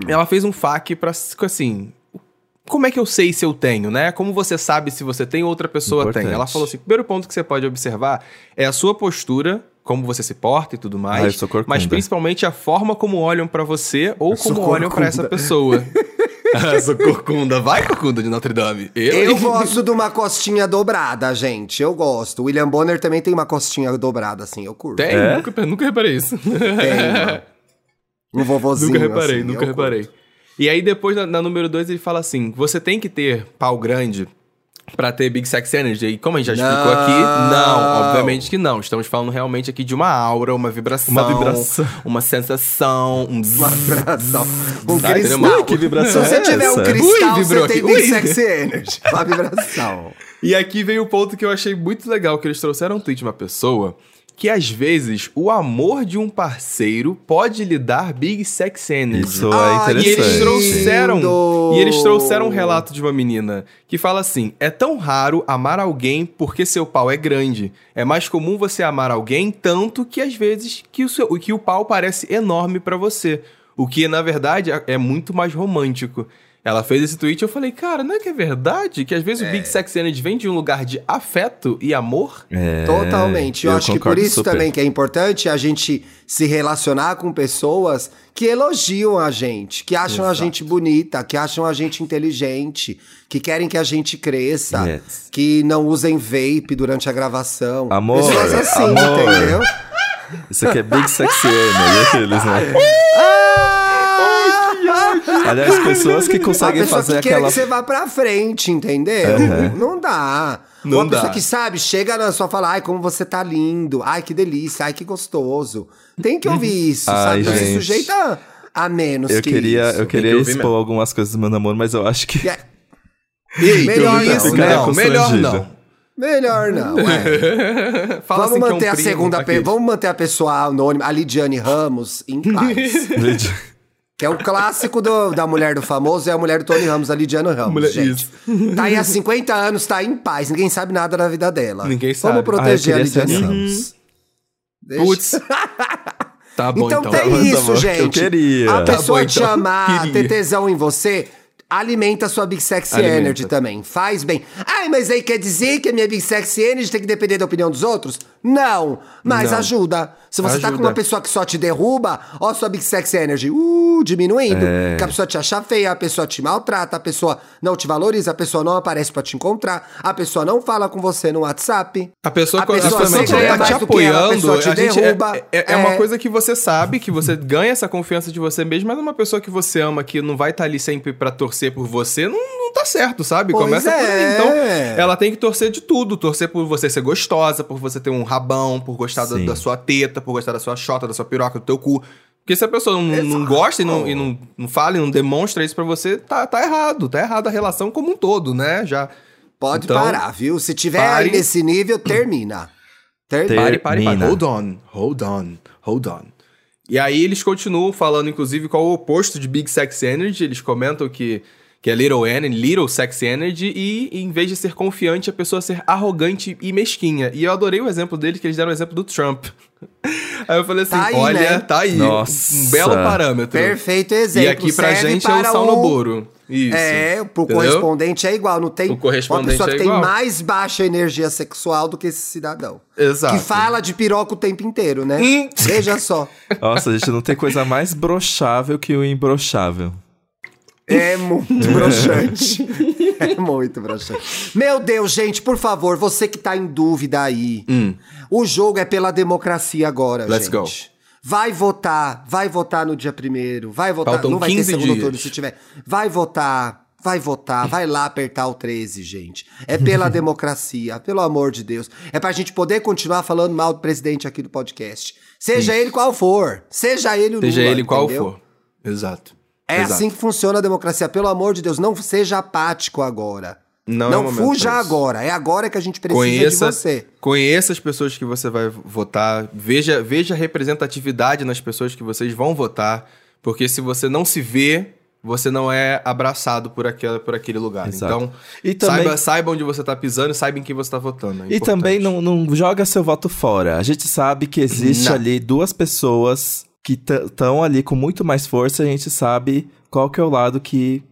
Speaker 3: Ela fez um FAQ pra, assim... Como é que eu sei se eu tenho, né? Como você sabe se você tem ou outra pessoa tem?
Speaker 2: Importante.
Speaker 3: Ela falou assim, primeiro ponto que você pode observar é a sua postura, como você se porta e tudo mais.
Speaker 2: Ah, eu sou corcunda.
Speaker 3: mas principalmente a forma como olham pra você ou
Speaker 1: sou
Speaker 3: como olham pra essa
Speaker 1: corcunda.
Speaker 3: pessoa. Ah, sou corcunda. Vai, corcunda de Notre Dame.
Speaker 1: Eu gosto de uma costinha dobrada, gente. Eu gosto. O William Bonner também tem uma costinha dobrada, assim, eu curto.
Speaker 3: Tem?
Speaker 2: É?
Speaker 3: Nunca, nunca reparei isso.
Speaker 1: Tem, mano. Um vovozinho.
Speaker 3: nunca reparei,
Speaker 1: assim,
Speaker 2: é
Speaker 3: nunca
Speaker 1: eu
Speaker 3: reparei.
Speaker 1: curto.
Speaker 3: E aí depois, na, na número 2, ele fala assim: você tem que ter pau grande Pra ter Big Sex Energy. E como a gente já explicou aqui, não, obviamente que não. Estamos falando realmente aqui de uma aura, uma vibração.
Speaker 2: Uma vibração.
Speaker 3: Uma sensação. Um
Speaker 1: Uma vibração. Um
Speaker 3: Sabe,
Speaker 1: cristal.
Speaker 3: entendeu?
Speaker 2: Ui, que vibração
Speaker 1: Se você
Speaker 2: é
Speaker 1: tiver um
Speaker 2: essa?
Speaker 1: cristal,
Speaker 3: Ui, vibrou
Speaker 1: você tem
Speaker 3: aqui.
Speaker 1: Big
Speaker 3: Ui.
Speaker 1: Sexy Energy. Uma vibração.
Speaker 3: E aqui veio o ponto que eu achei muito legal, que eles trouxeram um tweet de uma pessoa que às vezes o amor de um parceiro pode lhe dar big sex energy.
Speaker 2: Isso
Speaker 1: Ah,
Speaker 2: é
Speaker 3: E
Speaker 2: interessante.
Speaker 3: eles trouxeram,
Speaker 1: Lindo!
Speaker 3: e eles trouxeram um relato de uma menina que fala assim: "É tão raro amar alguém porque seu pau é grande. É mais comum você amar alguém tanto que às vezes que o seu que o pau parece enorme pra você, o que na verdade é- é muito mais romântico." Ela fez esse tweet e eu falei: "Cara, não é que é verdade que às vezes o Big Sex Energy vem de um lugar de afeto e amor?"
Speaker 2: É,
Speaker 1: Totalmente. Eu, acho que por
Speaker 2: concordo
Speaker 1: isso
Speaker 2: super.
Speaker 1: também que é importante a gente se relacionar com pessoas que elogiam a gente, que acham a
Speaker 3: Exato.
Speaker 1: gente bonita, que acham a gente inteligente, que querem que a gente cresça,
Speaker 2: Yes.
Speaker 1: que não usem vape durante a gravação.
Speaker 2: Amor,
Speaker 1: pessoas assim,
Speaker 2: amor.
Speaker 1: entendeu?
Speaker 2: Isso aqui é Big Sexy Energy, aqueles, né?
Speaker 1: Ah!
Speaker 2: Aliás, pessoas que
Speaker 1: A
Speaker 2: conseguem
Speaker 1: Ah, pessoa
Speaker 2: fazer
Speaker 1: que queira
Speaker 2: aquela.
Speaker 1: que você vá pra frente, entendeu? Não dá.
Speaker 3: Não
Speaker 1: Uma pessoa
Speaker 3: dá.
Speaker 1: que sabe, chega na sua e fala, ai, como você tá lindo, ai, que delícia, ai, que gostoso. Tem que ouvir isso,
Speaker 2: Ai,
Speaker 1: sabe? Não se
Speaker 2: gente.
Speaker 1: sujeita a menos
Speaker 2: Eu
Speaker 1: que
Speaker 2: queria,
Speaker 1: isso.
Speaker 2: eu queria
Speaker 3: que ouvir
Speaker 2: expor
Speaker 3: mesmo.
Speaker 2: algumas coisas do meu namoro, mas eu acho que.
Speaker 1: E é-
Speaker 3: Então,
Speaker 1: melhor
Speaker 2: eu
Speaker 1: isso,
Speaker 2: ficar
Speaker 1: né?
Speaker 2: com-
Speaker 3: não, melhor
Speaker 2: constrangido.
Speaker 3: não.
Speaker 1: Melhor não, é.
Speaker 3: Fala
Speaker 1: Vamos
Speaker 3: assim que é um
Speaker 1: manter a
Speaker 3: primo,
Speaker 1: segunda...
Speaker 3: aquele.
Speaker 1: pe- Vamos manter a pessoa anônima, a Lidiane Ramos, em paz. que é o clássico do- da mulher do famoso, é a mulher do Tony Ramos, a Lidiane Ramos,
Speaker 3: Mulher-
Speaker 1: gente. Tá aí há 50 anos, tá em paz. Ninguém sabe nada da vida dela.
Speaker 3: Ninguém
Speaker 1: Vamos
Speaker 3: sabe.
Speaker 1: proteger
Speaker 2: Ah,
Speaker 1: a
Speaker 2: eu queria
Speaker 1: Lidiane
Speaker 2: ser assim.
Speaker 1: Ramos. Deixa-
Speaker 3: Putz. Tá bom
Speaker 1: então,
Speaker 3: então.
Speaker 1: tem
Speaker 2: bom, tá
Speaker 1: isso,
Speaker 2: bom.
Speaker 1: gente.
Speaker 2: Eu queria.
Speaker 1: A
Speaker 2: Tá
Speaker 1: pessoa
Speaker 3: bom,
Speaker 1: te
Speaker 3: então.
Speaker 1: amar,
Speaker 3: Queria.
Speaker 1: ter tesão em você, alimenta a sua Big Sexy
Speaker 3: Alimenta.
Speaker 1: Energy também. Faz bem. Ai, mas aí quer dizer que a minha Big Sexy Energy tem que depender da opinião dos outros? Não, mas
Speaker 3: Não.
Speaker 1: ajuda. Se você tá com
Speaker 3: Ajuda.
Speaker 1: uma pessoa que só te derruba, ó a sua Big Sexy Energy, uh, diminuindo.
Speaker 3: É.
Speaker 1: Que a pessoa te acha feia, a pessoa te maltrata, a pessoa não te valoriza, a pessoa não aparece pra te encontrar, a pessoa não fala com você no WhatsApp.
Speaker 3: A pessoa,
Speaker 1: A
Speaker 3: co- a
Speaker 1: pessoa
Speaker 3: pessoa
Speaker 1: sempre
Speaker 3: que
Speaker 1: ganha
Speaker 3: tá
Speaker 1: mais
Speaker 3: te
Speaker 1: do que ela, a
Speaker 3: apoiando,
Speaker 1: pessoa te
Speaker 3: a gente é-
Speaker 1: derruba,
Speaker 3: é, é uma
Speaker 1: é.
Speaker 3: coisa que você sabe, que você ganha essa confiança de você mesmo, mas uma pessoa que você ama, que não vai estar ali sempre pra torcer por você, não, não tá certo, sabe?
Speaker 1: Pois
Speaker 3: Começa por aí.
Speaker 1: é.
Speaker 3: Então, ela tem que torcer de tudo. Torcer por você ser gostosa, por você ter um rabão, por gostar da,
Speaker 2: Sim.
Speaker 3: da sua teta, por gostar da sua chota, da sua piroca, do teu cu. Porque se a pessoa não, não gosta e, não, e não, não fala e não demonstra isso pra você, tá, tá errado. Tá errada a relação como um todo, né? Já...
Speaker 1: Pode
Speaker 3: Então,
Speaker 1: parar, viu? Se tiver
Speaker 3: pare.
Speaker 1: aí nesse nível, termina. Termina.
Speaker 3: Pare, pare, pare.
Speaker 2: Termina.
Speaker 3: Hold on, hold on, hold on. E aí eles continuam falando, inclusive, qual é o oposto de Big Sex Energy. Eles comentam que, que é Little Energy, Little Sex Energy, e em vez de ser confiante, a pessoa ser arrogante e mesquinha. E eu adorei o exemplo deles, que eles deram o exemplo do Trump. aí eu falei assim,
Speaker 1: Tá aí,
Speaker 3: olha,
Speaker 1: né?
Speaker 3: tá aí,
Speaker 2: Nossa.
Speaker 3: um belo parâmetro.
Speaker 1: Perfeito
Speaker 3: E
Speaker 1: exemplo.
Speaker 3: aqui pra
Speaker 1: Serve
Speaker 3: gente é
Speaker 1: para
Speaker 3: o sal no boro. Isso.
Speaker 1: É, pro
Speaker 3: Entendeu?
Speaker 1: correspondente é igual. Não tem
Speaker 3: O correspondente
Speaker 1: uma pessoa que
Speaker 3: é
Speaker 1: tem
Speaker 3: igual.
Speaker 1: mais baixa energia sexual do que esse cidadão.
Speaker 3: Exato.
Speaker 1: Que fala de piroca o tempo inteiro, né?
Speaker 3: Hum.
Speaker 1: Veja só.
Speaker 2: Nossa, gente, não tem coisa mais brochável que o imbrochável.
Speaker 1: É muito broxante. É muito broxante. Meu Deus, gente, por favor, você que tá em dúvida aí. O jogo é pela democracia agora,
Speaker 3: Hum. Let's
Speaker 1: gente.
Speaker 3: go.
Speaker 1: Vai votar, vai votar no dia primeiro, vai votar,
Speaker 3: Faltam
Speaker 1: não vai
Speaker 3: 15
Speaker 1: ter segundo
Speaker 3: dias.
Speaker 1: turno se tiver. Vai votar, vai votar, vai lá apertar o 13, gente. É pela democracia, pelo amor de Deus. É pra gente poder continuar falando mal do presidente aqui do podcast. Seja ele qual for, seja ele o
Speaker 3: Seja
Speaker 1: Lula,
Speaker 3: ele qual
Speaker 1: entendeu?
Speaker 3: for. Exato.
Speaker 1: É
Speaker 3: Exato.
Speaker 1: assim que funciona a democracia. Pelo amor de Deus, não seja apático agora.
Speaker 3: Não
Speaker 1: Não,
Speaker 3: é o momento
Speaker 1: fuja
Speaker 3: pra isso.
Speaker 1: agora. É agora que a gente precisa de você.
Speaker 3: Conheça as pessoas que você vai votar, veja, veja a representatividade nas pessoas que vocês vão votar, porque se você não se vê, você não é abraçado por, aquela, por aquele lugar.
Speaker 2: Exato.
Speaker 3: Então,
Speaker 2: E também-
Speaker 1: assim,
Speaker 3: saiba, saiba onde você tá pisando e saiba em quem você tá votando. é
Speaker 2: E
Speaker 3: importante.
Speaker 2: também não, não joga seu voto fora. A gente sabe que existe
Speaker 3: Não.
Speaker 2: ali duas pessoas que estão ali com muito mais força. e A gente sabe qual que é o lado que,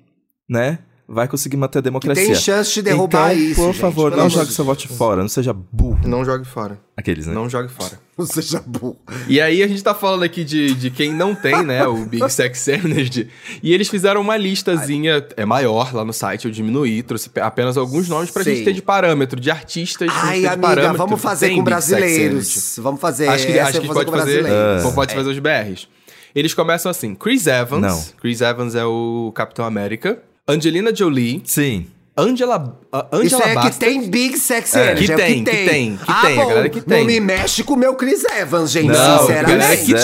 Speaker 2: né, vai conseguir manter a
Speaker 1: Que
Speaker 2: democracia.
Speaker 1: tem chance de derrubar
Speaker 2: então,
Speaker 1: isso.
Speaker 2: por
Speaker 1: gente,
Speaker 2: favor,
Speaker 1: pelo
Speaker 2: não
Speaker 1: amor
Speaker 2: jogue
Speaker 1: de
Speaker 2: seu
Speaker 1: Deus.
Speaker 2: voto fora. Não seja burro.
Speaker 3: Não jogue fora.
Speaker 2: Aqueles, né?
Speaker 3: Não jogue fora.
Speaker 1: Não seja burro.
Speaker 3: E aí a gente tá falando aqui de, de quem não tem, né, o Big Sex Energy. E eles fizeram uma listazinha, é maior lá no site, eu diminuí, trouxe pe- apenas alguns nomes pra
Speaker 1: Sim.
Speaker 3: gente ter de parâmetro, de artistas. pra gente ter
Speaker 1: Ai,
Speaker 3: de
Speaker 1: amiga,
Speaker 3: parâmetro
Speaker 1: vamos
Speaker 3: que
Speaker 1: fazer
Speaker 3: tem
Speaker 1: com
Speaker 3: Big Sex Energy.
Speaker 1: brasileiros. Vamos fazer.
Speaker 3: Acho que,
Speaker 1: essa
Speaker 3: acho
Speaker 1: eu
Speaker 3: que
Speaker 1: vou
Speaker 3: pode
Speaker 1: com
Speaker 3: fazer,
Speaker 1: brasileiros. É.
Speaker 2: Ah.
Speaker 3: pode fazer os BRs. Eles começam assim, Chris Evans.
Speaker 2: Não.
Speaker 3: Chris Evans é o Capitão América. Angelina Jolie,
Speaker 2: Sim.
Speaker 3: Angela, a- Angela
Speaker 1: Isso aí é
Speaker 3: Bastos.
Speaker 1: que tem Big Sex
Speaker 3: É,
Speaker 1: Energy.
Speaker 3: que
Speaker 1: é o
Speaker 3: tem, que tem, que
Speaker 1: ah,
Speaker 3: tem, a
Speaker 1: bom,
Speaker 3: galera que
Speaker 1: Não
Speaker 3: tem.
Speaker 1: me mexe com o meu Chris Evans, gente,
Speaker 3: Não, galera
Speaker 1: sinceramente.
Speaker 3: que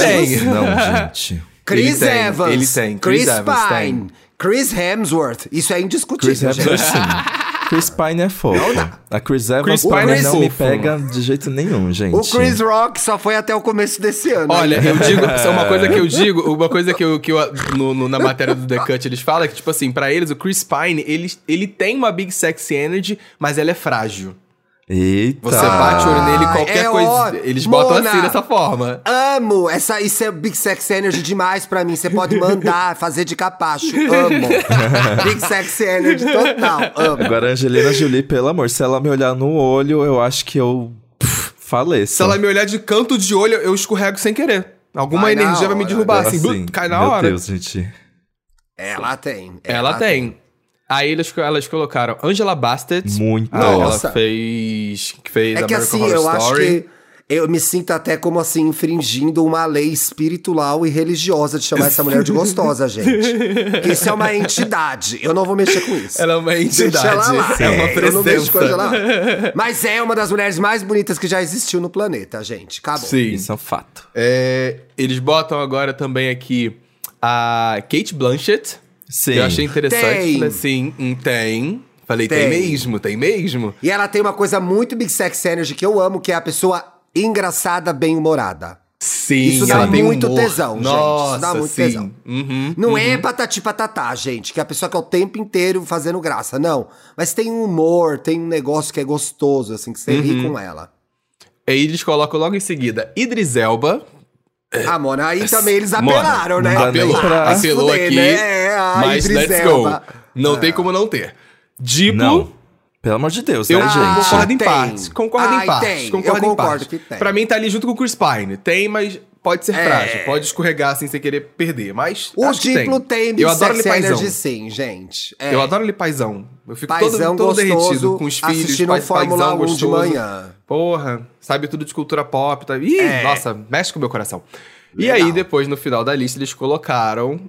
Speaker 3: tem.
Speaker 2: é Não, gente.
Speaker 1: Chris
Speaker 3: Ele tem,
Speaker 1: Evans.
Speaker 3: ele tem,
Speaker 1: Chris,
Speaker 3: Chris Evans tem.
Speaker 1: Pine. Chris Hemsworth. Isso é indiscutível,
Speaker 2: Chris Evans,
Speaker 1: gente.
Speaker 2: sim. Chris Pine é fofo. A Chris Evans
Speaker 3: Chris
Speaker 2: pra
Speaker 3: Pine
Speaker 2: mim,
Speaker 3: é
Speaker 2: não me
Speaker 3: fofo.
Speaker 2: pega de jeito nenhum, gente.
Speaker 1: O Chris Rock só foi até o começo desse ano. né?
Speaker 3: Olha, eu digo, isso é uma coisa que eu digo, uma coisa que eu, que eu- no- no- na matéria do The Cut eles falam é que, tipo assim, pra eles, o Chris Pine, ele, ele tem uma Big Sexy Energy, mas ela é frágil.
Speaker 2: Eita.
Speaker 3: Você bate o olho nele, qualquer
Speaker 1: é
Speaker 3: coisa,
Speaker 1: ó-
Speaker 3: eles botam
Speaker 1: Mona.
Speaker 3: assim, dessa forma.
Speaker 1: Amo! Essa, isso é Big Sex Energy demais pra mim. Você pode mandar, fazer de capacho. Amo! Big Sex Energy total. Amo.
Speaker 2: Agora, a Angelina Jolie, pelo amor, se ela me olhar no olho, eu acho que eu pff, faleço.
Speaker 3: Se ela me olhar de canto de olho, eu escorrego sem querer. Alguma
Speaker 1: Vai na
Speaker 3: energia vai me
Speaker 1: hora.
Speaker 3: derrubar, assim,
Speaker 2: Assim,
Speaker 3: blup, cai na
Speaker 2: meu
Speaker 3: hora. Ah,
Speaker 2: Deus, gente.
Speaker 1: Ela tem.
Speaker 3: Ela, tem. Aí eles, elas colocaram Angela Bassett.
Speaker 2: Muito.
Speaker 3: Ah,
Speaker 1: Nossa.
Speaker 3: Ela fez. Que fez
Speaker 1: É que
Speaker 3: American
Speaker 1: assim,
Speaker 3: Horror
Speaker 1: eu
Speaker 3: Story.
Speaker 1: acho que. Eu me sinto até como assim, infringindo uma lei espiritual e religiosa de chamar essa mulher de gostosa, gente. Que isso é uma entidade. Eu não vou mexer com isso.
Speaker 3: Ela é uma entidade.
Speaker 1: Deixa ela lá.
Speaker 3: É uma
Speaker 1: Eu não mexo com
Speaker 3: presença.
Speaker 1: ela lá. Mas é uma das mulheres mais bonitas que já existiu no planeta, gente. Acabou.
Speaker 3: Sim.
Speaker 2: Isso é um fato.
Speaker 3: É, eles botam agora também aqui a Kate Blanchett.
Speaker 2: Sim.
Speaker 3: que Eu achei interessante.
Speaker 1: Tem.
Speaker 3: Falei assim, hum, tem. Falei, tem.
Speaker 1: Tem.
Speaker 3: mesmo, tem mesmo.
Speaker 1: E ela tem uma coisa muito Big Sex Energy que eu amo, que é a pessoa engraçada, bem-humorada.
Speaker 3: Sim,
Speaker 1: Isso dá
Speaker 3: ela tem um
Speaker 1: muito
Speaker 3: humor.
Speaker 1: tesão, gente. Isso
Speaker 3: Nossa,
Speaker 1: dá muito
Speaker 3: sim.
Speaker 1: tesão.
Speaker 3: Uhum,
Speaker 1: Não
Speaker 3: uhum.
Speaker 1: é patati patatá, gente, que é a pessoa que é o tempo inteiro fazendo graça, não. Mas tem um humor, tem um negócio que é gostoso, assim, que você ri
Speaker 3: Uhum.
Speaker 1: com ela.
Speaker 3: Aí eles colocam logo em seguida Idris Elba.
Speaker 1: Ah, Mona, aí também eles
Speaker 3: Mona,
Speaker 1: apelaram, né?
Speaker 2: não dá nem
Speaker 3: Apelou,
Speaker 2: pra-
Speaker 1: Vai se
Speaker 3: apelou
Speaker 1: fuder,
Speaker 3: aqui.
Speaker 1: né? É, a
Speaker 3: mas
Speaker 1: Idris
Speaker 3: let's
Speaker 1: Elba.
Speaker 3: go. Não tem como não ter. Tipo, Diplo.
Speaker 2: Ah. Não. Pelo amor de Deus,
Speaker 3: Eu
Speaker 2: né, gente?
Speaker 3: concordo em
Speaker 1: tem.
Speaker 3: partes. Concordo
Speaker 1: Ai,
Speaker 3: em partes.
Speaker 1: tem.
Speaker 3: Concordo
Speaker 1: Eu
Speaker 3: em
Speaker 1: concordo
Speaker 3: partes.
Speaker 1: que tem.
Speaker 3: Pra mim tá ali junto com o Chris Pine. Tem, mas pode ser
Speaker 1: É.
Speaker 3: frágil. Pode escorregar assim sem querer perder. Mas.
Speaker 1: O
Speaker 3: acho que
Speaker 1: Diplo tem, Big
Speaker 3: Eu adoro ele
Speaker 1: Sex
Speaker 3: paizão.
Speaker 1: Energy, sim, gente. É.
Speaker 3: Eu adoro ele paizão. Eu fico
Speaker 1: Paizão
Speaker 3: todo, todo
Speaker 1: gostoso,
Speaker 3: derretido com os filhos.
Speaker 1: assistindo
Speaker 3: pai,
Speaker 1: Fórmula
Speaker 3: paizão
Speaker 1: 1
Speaker 3: gostoso.
Speaker 1: de manhã.
Speaker 3: Porra, sabe tudo de cultura pop. Tá... Ih,
Speaker 1: É.
Speaker 3: nossa, mexe com o meu coração. E
Speaker 1: Legal.
Speaker 3: aí, depois, no final da lista, eles colocaram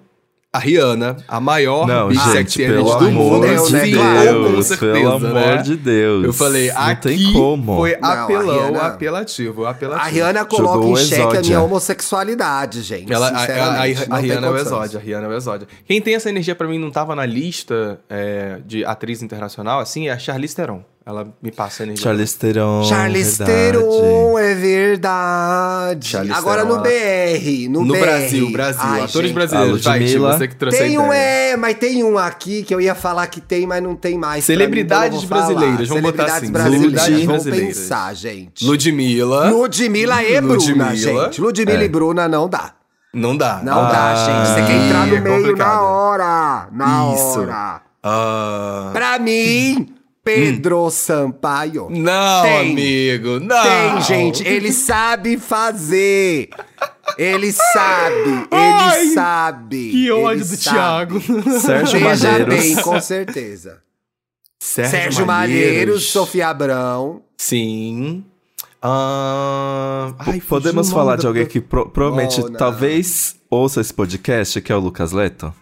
Speaker 3: a Rihanna, a maior
Speaker 2: Não,
Speaker 3: Big
Speaker 2: gente,
Speaker 3: Ah, Sexy
Speaker 2: pelo
Speaker 3: Energy do
Speaker 2: amor
Speaker 3: mundo.
Speaker 2: de
Speaker 1: Fudeu, né?
Speaker 3: Sim,
Speaker 1: Claro.
Speaker 3: com
Speaker 2: Deus,
Speaker 3: certeza,
Speaker 2: pelo amor
Speaker 3: né?
Speaker 2: de Deus.
Speaker 3: Eu falei,
Speaker 2: não
Speaker 3: aqui
Speaker 2: tem como.
Speaker 3: foi
Speaker 1: Não, a
Speaker 3: apelão,
Speaker 1: Rihanna-
Speaker 3: apelativo, apelativo.
Speaker 1: A Rihanna coloca
Speaker 2: Jogou
Speaker 1: em
Speaker 2: o
Speaker 1: xeque a
Speaker 2: Exódia.
Speaker 1: minha homossexualidade, gente.
Speaker 3: Ela, a, a- a- a
Speaker 1: sinceramente, não tem
Speaker 3: Rihanna é o
Speaker 1: condições.
Speaker 3: exódio, a Rihanna é o exódio. Quem tem essa energia pra mim não tava na lista é, de atriz internacional, assim, é a Charlize Theron. Ela me passa a energia.
Speaker 2: Charles Teron.
Speaker 1: Charles
Speaker 2: verdade.
Speaker 1: Theron, é verdade.
Speaker 3: Charlize
Speaker 1: Agora
Speaker 3: Theron,
Speaker 1: no
Speaker 3: ela-
Speaker 1: BR, no,
Speaker 3: no
Speaker 1: BR.
Speaker 3: Brasil, Brasil.
Speaker 1: Ai,
Speaker 3: atores
Speaker 1: gente.
Speaker 3: brasileiros.
Speaker 2: A
Speaker 3: Vai, Ti,
Speaker 2: Ludmilla.
Speaker 3: você que trouxe
Speaker 1: Tem
Speaker 3: a
Speaker 1: um,
Speaker 3: ideia.
Speaker 1: é, mas tem um aqui que eu ia falar que tem, mas não tem mais. pra mim,
Speaker 3: Celebridades
Speaker 1: então eu vou falar.
Speaker 3: brasileiras, vamos botar assim,
Speaker 1: Celebridades brasileiras,
Speaker 3: celebridades
Speaker 1: vamos
Speaker 3: brasileiras.
Speaker 1: pensar, gente.
Speaker 3: Ludmilla.
Speaker 1: Ludmilla e Bruna,
Speaker 3: Ludmilla. É.
Speaker 1: gente. Ludmilla e Bruna não dá.
Speaker 3: Não dá.
Speaker 1: Não dá, gente. Você quer entrar no
Speaker 3: Ah, é
Speaker 1: meio na
Speaker 3: complicado.
Speaker 1: hora. Na
Speaker 3: Isso.
Speaker 1: hora.
Speaker 3: Ah,
Speaker 1: Pra mim,
Speaker 3: Hum.
Speaker 1: Pedro Sampaio.
Speaker 3: não,
Speaker 1: Tem.
Speaker 3: amigo, não.
Speaker 1: Tem, gente. Ele sabe fazer. Ele sabe. Ele
Speaker 3: Ai,
Speaker 1: sabe.
Speaker 3: Que
Speaker 1: ele
Speaker 3: ódio do
Speaker 1: sabe.
Speaker 3: Thiago.
Speaker 2: Sérgio
Speaker 1: Veja
Speaker 2: Malheiros.
Speaker 1: bem, com certeza. Sérgio Malheiros, Sofia Abrão.
Speaker 3: Sim. Ah, ai,
Speaker 2: P- Podemos
Speaker 3: fugiu o nome
Speaker 2: falar
Speaker 3: da-
Speaker 2: de alguém que pro- provavelmente,
Speaker 1: Mona.
Speaker 2: talvez, ouça esse podcast, que é o Lucas Leto?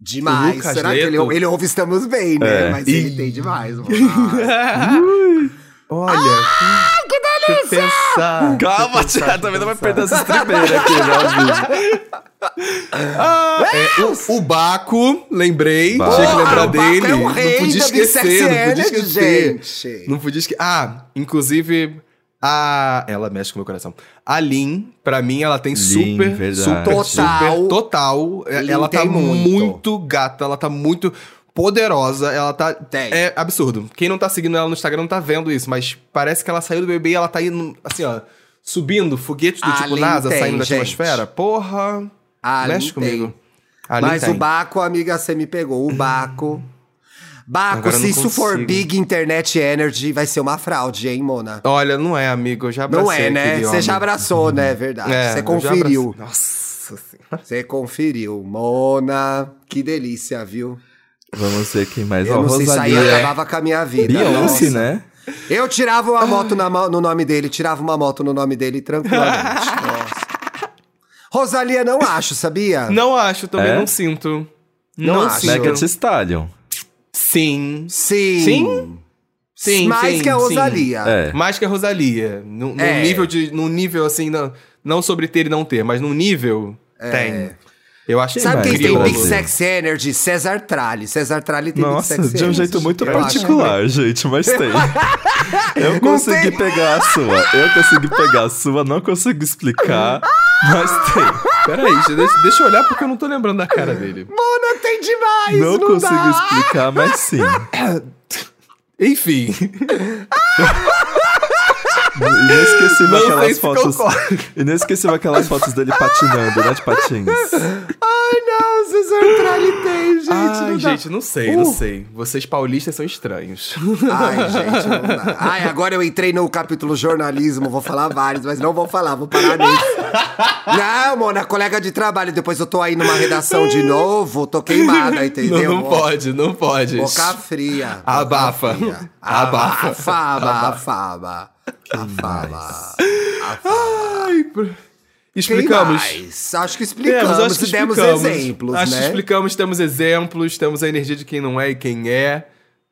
Speaker 1: Demais.
Speaker 3: Lucas
Speaker 1: Será que ele,
Speaker 3: Neto.
Speaker 1: ele ouve Estamos Bem, né?
Speaker 2: É.
Speaker 1: Mas ele
Speaker 3: Ih.
Speaker 1: tem demais. mano.
Speaker 3: Olha.
Speaker 1: Ah,
Speaker 3: que delícia! Pensar,
Speaker 2: Calma, Tia, também não vai perder essa primeira aqui,
Speaker 3: né,
Speaker 2: não,
Speaker 3: Ah, é, o, o Baco, lembrei.
Speaker 2: Baco.
Speaker 3: Tinha que
Speaker 1: Porra,
Speaker 3: lembrar
Speaker 1: o Baco
Speaker 3: dele.
Speaker 1: é o rei
Speaker 3: não podia
Speaker 1: da
Speaker 3: esquecer, não podia
Speaker 1: bissexualidade,
Speaker 3: esquecer.
Speaker 1: gente.
Speaker 3: Não podia esquecer. Ah, inclusive, a. Ela mexe com o meu coração. A Lin, pra mim, ela tem
Speaker 2: Lin,
Speaker 3: super,
Speaker 2: verdade.
Speaker 3: super,
Speaker 1: Total.
Speaker 3: super, total. É,
Speaker 1: Lin
Speaker 3: ela tá
Speaker 1: tem muito.
Speaker 3: muito. gata, ela tá muito poderosa, ela tá.
Speaker 1: Tem.
Speaker 3: É absurdo. Quem não tá seguindo ela no Instagram não tá vendo isso, mas parece que ela saiu do bebê e ela tá indo, assim, ó. Subindo, foguete do
Speaker 1: A
Speaker 3: tipo
Speaker 1: Lin
Speaker 3: NASA
Speaker 1: tem,
Speaker 3: saindo da
Speaker 1: gente.
Speaker 3: atmosfera. Porra.
Speaker 1: Ah,
Speaker 3: Mexe
Speaker 1: não
Speaker 3: comigo.
Speaker 1: tem.
Speaker 3: Ali
Speaker 1: Mas
Speaker 3: tem. Hum.
Speaker 1: o Baco, amiga, você me pegou. O Baco. Baco,
Speaker 3: Agora eu
Speaker 1: se
Speaker 3: não
Speaker 1: isso for
Speaker 3: consigo.
Speaker 1: Big Internet Energy, vai ser uma fraude, hein, Mona?
Speaker 3: Olha, não é, amigo. Eu já abracei
Speaker 1: Não é, né?
Speaker 3: aquele
Speaker 1: Você já
Speaker 3: homem.
Speaker 1: abraçou, né? Verdade.
Speaker 3: É,
Speaker 1: Você
Speaker 3: eu já
Speaker 1: conferiu.
Speaker 3: abracei. Nossa senhora.
Speaker 1: Você conferiu. Mona, que delícia, viu?
Speaker 2: Vamos ver quem mais.
Speaker 1: Eu
Speaker 2: Ó,
Speaker 1: não sei, isso aí
Speaker 2: Rosalía.
Speaker 3: é
Speaker 1: acabava com a minha vida.
Speaker 2: Beyoncé,
Speaker 1: Nossa.
Speaker 2: né?
Speaker 1: Eu tirava uma moto na mão- no nome dele, tirava uma moto no nome dele tranquilamente. Nossa. Rosalia, não acho, sabia?
Speaker 3: Não acho, também
Speaker 2: É?
Speaker 3: não sinto.
Speaker 1: Não
Speaker 3: Não,
Speaker 1: acho.
Speaker 3: sinto.
Speaker 2: Megan Thee Stallion.
Speaker 3: Sim.
Speaker 1: Sim.
Speaker 3: Sim? Sim,
Speaker 1: Mais
Speaker 3: sim,
Speaker 1: que a
Speaker 3: sim.
Speaker 1: Rosalia.
Speaker 2: É.
Speaker 3: Mais que a Rosalia. Num, num
Speaker 1: É.
Speaker 3: nível de. Num nível assim, não, não sobre ter e não ter, mas num nível tem. Eu acho
Speaker 1: É. Sabe
Speaker 2: Quem
Speaker 1: quem tem
Speaker 2: mais do
Speaker 1: Big
Speaker 2: Brasil?
Speaker 1: Sex Energy? César Tralli. César Tralli tem Big Sex
Speaker 2: Nossa,
Speaker 1: Energy.
Speaker 2: de um jeito muito
Speaker 1: Eu acho. né?
Speaker 2: particular, gente, mas tem. Eu
Speaker 1: Não
Speaker 2: consegui
Speaker 1: tem.
Speaker 2: pegar a sua. Eu consegui pegar a sua, não consigo
Speaker 1: Ah!
Speaker 2: explicar, mas tem.
Speaker 3: Peraí, deixa, deixa eu olhar porque eu não tô lembrando da cara dele.
Speaker 1: Mona, é. tem demais!
Speaker 2: não,
Speaker 1: Não,
Speaker 2: consigo
Speaker 1: dá.
Speaker 2: explicar, mas sim.
Speaker 3: Enfim.
Speaker 2: Inesquecível
Speaker 3: Não sei
Speaker 2: aquelas
Speaker 3: se
Speaker 2: fotos.
Speaker 3: concordo.
Speaker 2: Inesquecível aquelas fotos dele patinando, né? De patins.
Speaker 1: Ai, não, César Tralli tem, gente.
Speaker 3: Ai,
Speaker 1: não dá.
Speaker 3: gente, não sei, não
Speaker 1: Uh.
Speaker 3: sei. Vocês paulistas são estranhos.
Speaker 1: Ai, gente, não dá. Ai, agora eu entrei no capítulo jornalismo, vou falar vários, mas não vou falar, vou parar nisso. Não, Mona, colega de trabalho, depois eu tô aí numa redação de novo, tô queimada,
Speaker 3: Não,
Speaker 1: entendeu?
Speaker 3: não
Speaker 1: Boca-
Speaker 3: pode, não pode.
Speaker 1: Boca fria.
Speaker 3: Abafa.
Speaker 1: Boca fria.
Speaker 3: Abafa.
Speaker 1: Afaba, afaba. Afaba.
Speaker 3: Ai, pro-
Speaker 1: Quem
Speaker 3: Explicamos.
Speaker 1: mais? Acho que
Speaker 3: Temos,
Speaker 1: explicamos
Speaker 3: acho que
Speaker 1: e É, demos
Speaker 3: explicamos.
Speaker 1: exemplos,
Speaker 3: Acho que
Speaker 1: né?
Speaker 3: explicamos, temos exemplos, temos a energia de quem não é e quem é.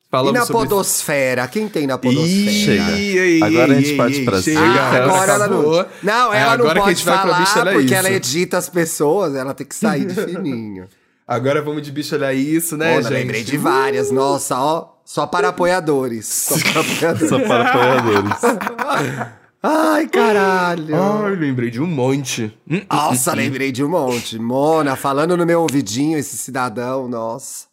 Speaker 1: E
Speaker 3: Falamos
Speaker 1: na
Speaker 3: sobre...
Speaker 1: podosfera? Quem tem na podosfera?
Speaker 3: Ih,
Speaker 2: Chega.
Speaker 3: ei,
Speaker 2: Agora a gente
Speaker 3: ei,
Speaker 2: parte
Speaker 3: ei,
Speaker 2: pra
Speaker 3: chega,
Speaker 2: cima.
Speaker 1: Ah, agora ela não.
Speaker 3: acabou.
Speaker 1: Não,
Speaker 3: É,
Speaker 1: ela não
Speaker 3: agora que a
Speaker 1: pode
Speaker 3: gente vai pra
Speaker 1: falar
Speaker 3: bicha, era
Speaker 1: porque
Speaker 3: isso.
Speaker 1: ela edita as pessoas, ela tem que sair de fininho.
Speaker 3: Agora vamos de bicho olhar isso, né,
Speaker 1: Mona,
Speaker 3: gente?
Speaker 1: lembrei de várias. Nossa, ó. Só para apoiadores. Só para apoiadores.
Speaker 2: Só para apoiadores.
Speaker 1: Ai, caralho.
Speaker 3: Ai, lembrei de um monte. Hum,
Speaker 1: Nossa, lembrei de um monte. Mona, falando no meu ouvidinho, esse cidadão, nossa.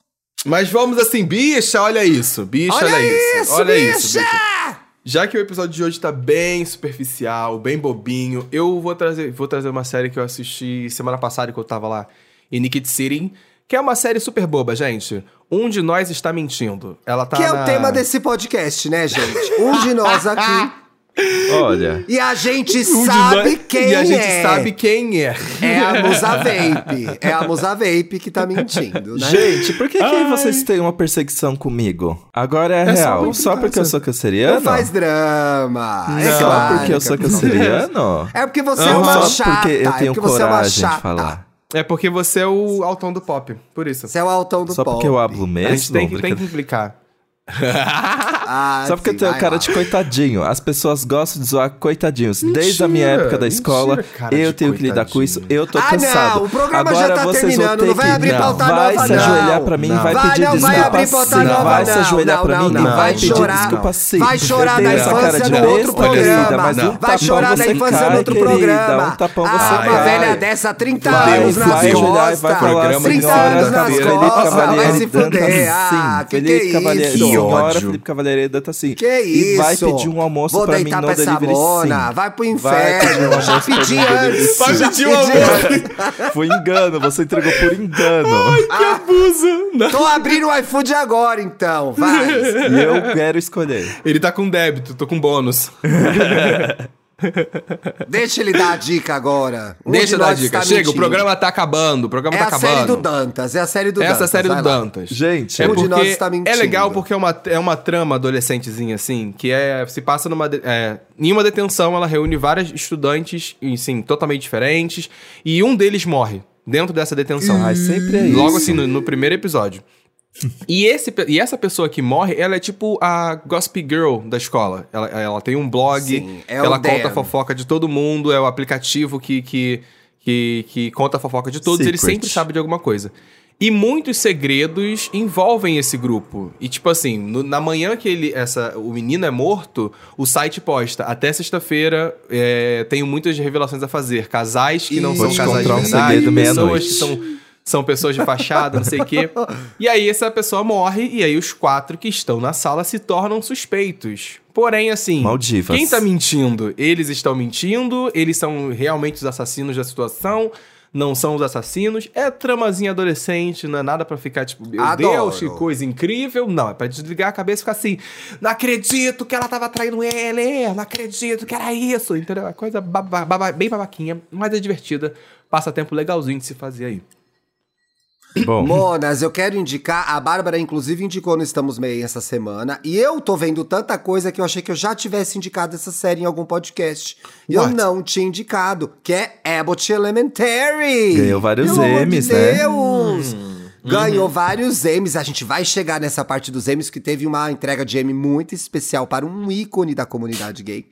Speaker 3: Mas vamos assim, bicha, olha isso. Bicha, olha,
Speaker 1: Olha
Speaker 3: isso.
Speaker 1: isso,
Speaker 3: olha isso,
Speaker 1: bicha!
Speaker 3: bicha. Já que o episódio de hoje tá bem superficial, bem bobinho, eu vou trazer, vou trazer uma série que eu assisti semana passada que eu tava lá em Nikit City, que é uma série super boba, gente. Um de nós está mentindo. Ela tá
Speaker 1: que é
Speaker 3: na-
Speaker 1: o tema desse podcast, né, gente? Um de nós aqui.
Speaker 2: Olha.
Speaker 1: E a gente
Speaker 3: Um de
Speaker 1: sabe
Speaker 3: nós-
Speaker 1: quem é.
Speaker 3: E a gente sabe quem é.
Speaker 1: É a Musa Vape. É a Musa Vape que tá mentindo, né?
Speaker 2: Gente, por que, que
Speaker 3: Ai.
Speaker 2: vocês têm uma perseguição comigo? Agora é,
Speaker 3: É só
Speaker 2: real.
Speaker 3: uma
Speaker 2: Só, porque eu sou canceriano?
Speaker 1: Não faz drama.
Speaker 2: Não,
Speaker 1: é claro.
Speaker 2: só porque eu sou
Speaker 1: que não.
Speaker 2: canceriano?
Speaker 1: É porque você é
Speaker 2: Não,
Speaker 1: uma
Speaker 2: só
Speaker 1: chata.
Speaker 2: porque eu
Speaker 1: é
Speaker 2: tenho
Speaker 1: porque você é uma
Speaker 2: coragem
Speaker 1: chata.
Speaker 2: de falar.
Speaker 3: É porque você é o altão do pop, por isso.
Speaker 1: Você é o altão do
Speaker 2: Só
Speaker 1: pop.
Speaker 2: porque eu hablo
Speaker 3: A gente
Speaker 2: mesmo?
Speaker 3: tem que,
Speaker 2: brincadeira.
Speaker 3: tem que implicar.
Speaker 1: Ah,
Speaker 2: Só porque eu
Speaker 1: sim,
Speaker 2: tenho
Speaker 1: vai
Speaker 2: cara
Speaker 1: lá.
Speaker 2: de coitadinho. As pessoas gostam de zoar coitadinhos. Desde a minha
Speaker 3: Mentira,
Speaker 2: época da escola,
Speaker 3: mentira, cara
Speaker 2: eu
Speaker 3: de
Speaker 2: tenho que lidar com isso.
Speaker 3: coitadinho.
Speaker 2: Eu tô
Speaker 1: Ah, não,
Speaker 2: cansado.
Speaker 1: o programa já
Speaker 2: Agora
Speaker 1: tá
Speaker 2: vocês
Speaker 1: terminando,
Speaker 2: Vão ter
Speaker 1: não vai
Speaker 2: que...
Speaker 1: abrir pauta
Speaker 2: vai
Speaker 1: nova,
Speaker 2: se
Speaker 1: não.
Speaker 2: ajoelhar pra mim,
Speaker 3: Não.
Speaker 2: vai,
Speaker 1: Vai,
Speaker 2: pedir
Speaker 1: não, vai
Speaker 2: desculpa
Speaker 1: abrir
Speaker 2: sim.
Speaker 1: pauta nova,
Speaker 2: vai se
Speaker 1: não.
Speaker 2: ajoelhar
Speaker 1: Não,
Speaker 2: pra
Speaker 1: não,
Speaker 2: mim,
Speaker 1: não,
Speaker 3: vai
Speaker 2: pedir
Speaker 3: chorar.
Speaker 2: desculpa sim.
Speaker 1: Vai chorar
Speaker 2: Eu tenho
Speaker 1: na
Speaker 2: essa cara
Speaker 1: infância
Speaker 2: de
Speaker 1: no outro
Speaker 2: besta, querida,
Speaker 1: programa.
Speaker 2: mas um
Speaker 3: Vai
Speaker 2: tapão
Speaker 1: chorar na
Speaker 2: você
Speaker 1: infância
Speaker 2: cai,
Speaker 1: no outro
Speaker 2: querida,
Speaker 1: programa.
Speaker 2: Um tapão você
Speaker 1: Ah, uma
Speaker 2: cai.
Speaker 1: velha dessa há 30
Speaker 2: Vai,
Speaker 1: anos nas
Speaker 2: vai olhar e
Speaker 1: costas.
Speaker 2: vai falar
Speaker 3: Programa de
Speaker 1: 30
Speaker 3: senhora
Speaker 1: anos nas
Speaker 3: Cavaleiro,
Speaker 2: Felipe
Speaker 1: costas,
Speaker 2: Cavalieri
Speaker 1: vai se
Speaker 2: Dantas,
Speaker 1: fuder.
Speaker 2: sim.
Speaker 1: Ah, que que
Speaker 2: Felipe
Speaker 1: é
Speaker 2: Cavalieri,
Speaker 1: isso?
Speaker 2: senhora
Speaker 3: ódio.
Speaker 2: Felipe Cavalieri Dantas, sim.
Speaker 1: Que é
Speaker 2: E vai
Speaker 1: isso?
Speaker 2: pedir um almoço
Speaker 1: Vou
Speaker 2: pra mim
Speaker 1: deitar
Speaker 2: no
Speaker 1: pra essa
Speaker 2: delivery,
Speaker 1: mona.
Speaker 2: sim.
Speaker 1: Vai pro
Speaker 2: pedir um
Speaker 1: inferno.
Speaker 2: almoço
Speaker 1: Já
Speaker 2: pra mim
Speaker 1: pedi
Speaker 2: no delivery,
Speaker 1: antes.
Speaker 2: sim.
Speaker 3: Vai
Speaker 1: Já
Speaker 3: pedir um
Speaker 1: pedi
Speaker 3: almoço.
Speaker 1: antes.
Speaker 2: Foi engano, você entregou por engano.
Speaker 3: Que abuso! Não.
Speaker 1: Tô abrindo o iFood agora, então. Vai.
Speaker 2: E eu quero escolher.
Speaker 3: Ele tá com débito, tô com bônus.
Speaker 1: Deixa ele dar a dica agora. Um
Speaker 3: Deixa
Speaker 1: de
Speaker 3: eu dar a
Speaker 1: nós
Speaker 3: dica.
Speaker 1: está
Speaker 3: Chega, o
Speaker 1: mentindo.
Speaker 3: programa tá acabando. O programa
Speaker 1: É
Speaker 3: tá
Speaker 1: a
Speaker 3: acabando.
Speaker 1: série do Dantas. É a série do
Speaker 3: Essa é a
Speaker 1: Dantas.
Speaker 3: série
Speaker 1: vai
Speaker 3: do
Speaker 1: lá.
Speaker 3: Dantas.
Speaker 2: Gente,
Speaker 3: é
Speaker 1: um de
Speaker 3: porque
Speaker 1: nós tá mentindo.
Speaker 3: É legal porque é uma, é uma trama adolescentezinha, assim, que é. Se passa numa. de- é, em uma detenção, ela reúne vários estudantes, e, sim, totalmente diferentes, e um deles morre dentro dessa detenção.
Speaker 2: Ai, sempre é
Speaker 3: Logo
Speaker 2: isso.
Speaker 3: assim, no, no primeiro episódio. E, esse, pe- e essa pessoa que morre, ela é tipo a Gossip Girl da escola. Ela, ela tem um blog,
Speaker 1: Sim, é
Speaker 3: ela
Speaker 1: o
Speaker 3: conta
Speaker 1: Dan.
Speaker 3: a fofoca de todo mundo, é o aplicativo que, que, que, que conta a fofoca de todos. Ele
Speaker 2: Secret.
Speaker 3: sempre sabe de alguma coisa. E muitos segredos envolvem esse grupo. E tipo assim, no- na manhã que ele, essa, o menino é morto, o site posta. Até sexta-feira é, tenho muitas revelações a fazer. Casais que não
Speaker 1: Ih,
Speaker 3: são
Speaker 1: vou te
Speaker 3: casais de
Speaker 1: contar um
Speaker 3: verdade,
Speaker 2: segredo
Speaker 3: pessoas
Speaker 2: meia-noite.
Speaker 3: que são são pessoas de fachada, não sei o quê. E aí essa pessoa morre, e aí os quatro que estão na sala se tornam suspeitos. Porém, assim.
Speaker 2: Maldivas.
Speaker 3: Quem tá mentindo? Eles estão mentindo, eles são realmente os assassinos da situação. Não são os assassinos, é tramazinha adolescente, não é nada pra ficar tipo, meu
Speaker 1: Adoro.
Speaker 3: Deus, que coisa incrível. Não, é pra desligar a cabeça e ficar assim, não acredito que ela tava traindo ele, não acredito que era isso, entendeu? É coisa baba- baba- bem babaquinha, mas é divertida, passa tempo legalzinho de se fazer aí.
Speaker 2: Bom,
Speaker 1: Monas, eu quero indicar. A Bárbara, inclusive, indicou no Estamos Meio essa semana. E eu tô vendo tanta coisa que eu achei que eu já tivesse indicado essa série em algum podcast. E eu
Speaker 3: What?
Speaker 1: não tinha indicado, que é Abbott Elementary.
Speaker 2: Ganhou vários
Speaker 1: Pelo amor de
Speaker 2: M's, né?
Speaker 1: Deus! Ganhou vários M's. A gente vai chegar nessa parte dos M's, que teve uma entrega de M muito especial para um ícone da comunidade gay.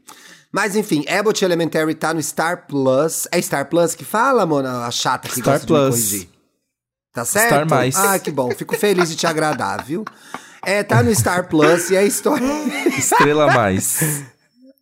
Speaker 1: Mas enfim, Abbott Elementary tá no Star Plus. É Star Plus que fala, mona? A chata que
Speaker 2: Star
Speaker 1: gosta de me
Speaker 2: Plus.
Speaker 1: corrigir. Tá certo?
Speaker 2: Star mais.
Speaker 1: Ah, que bom. Fico feliz de te agradar, viu? É, tá no Star Plus e é a história.
Speaker 2: Estrela mais.
Speaker 1: É a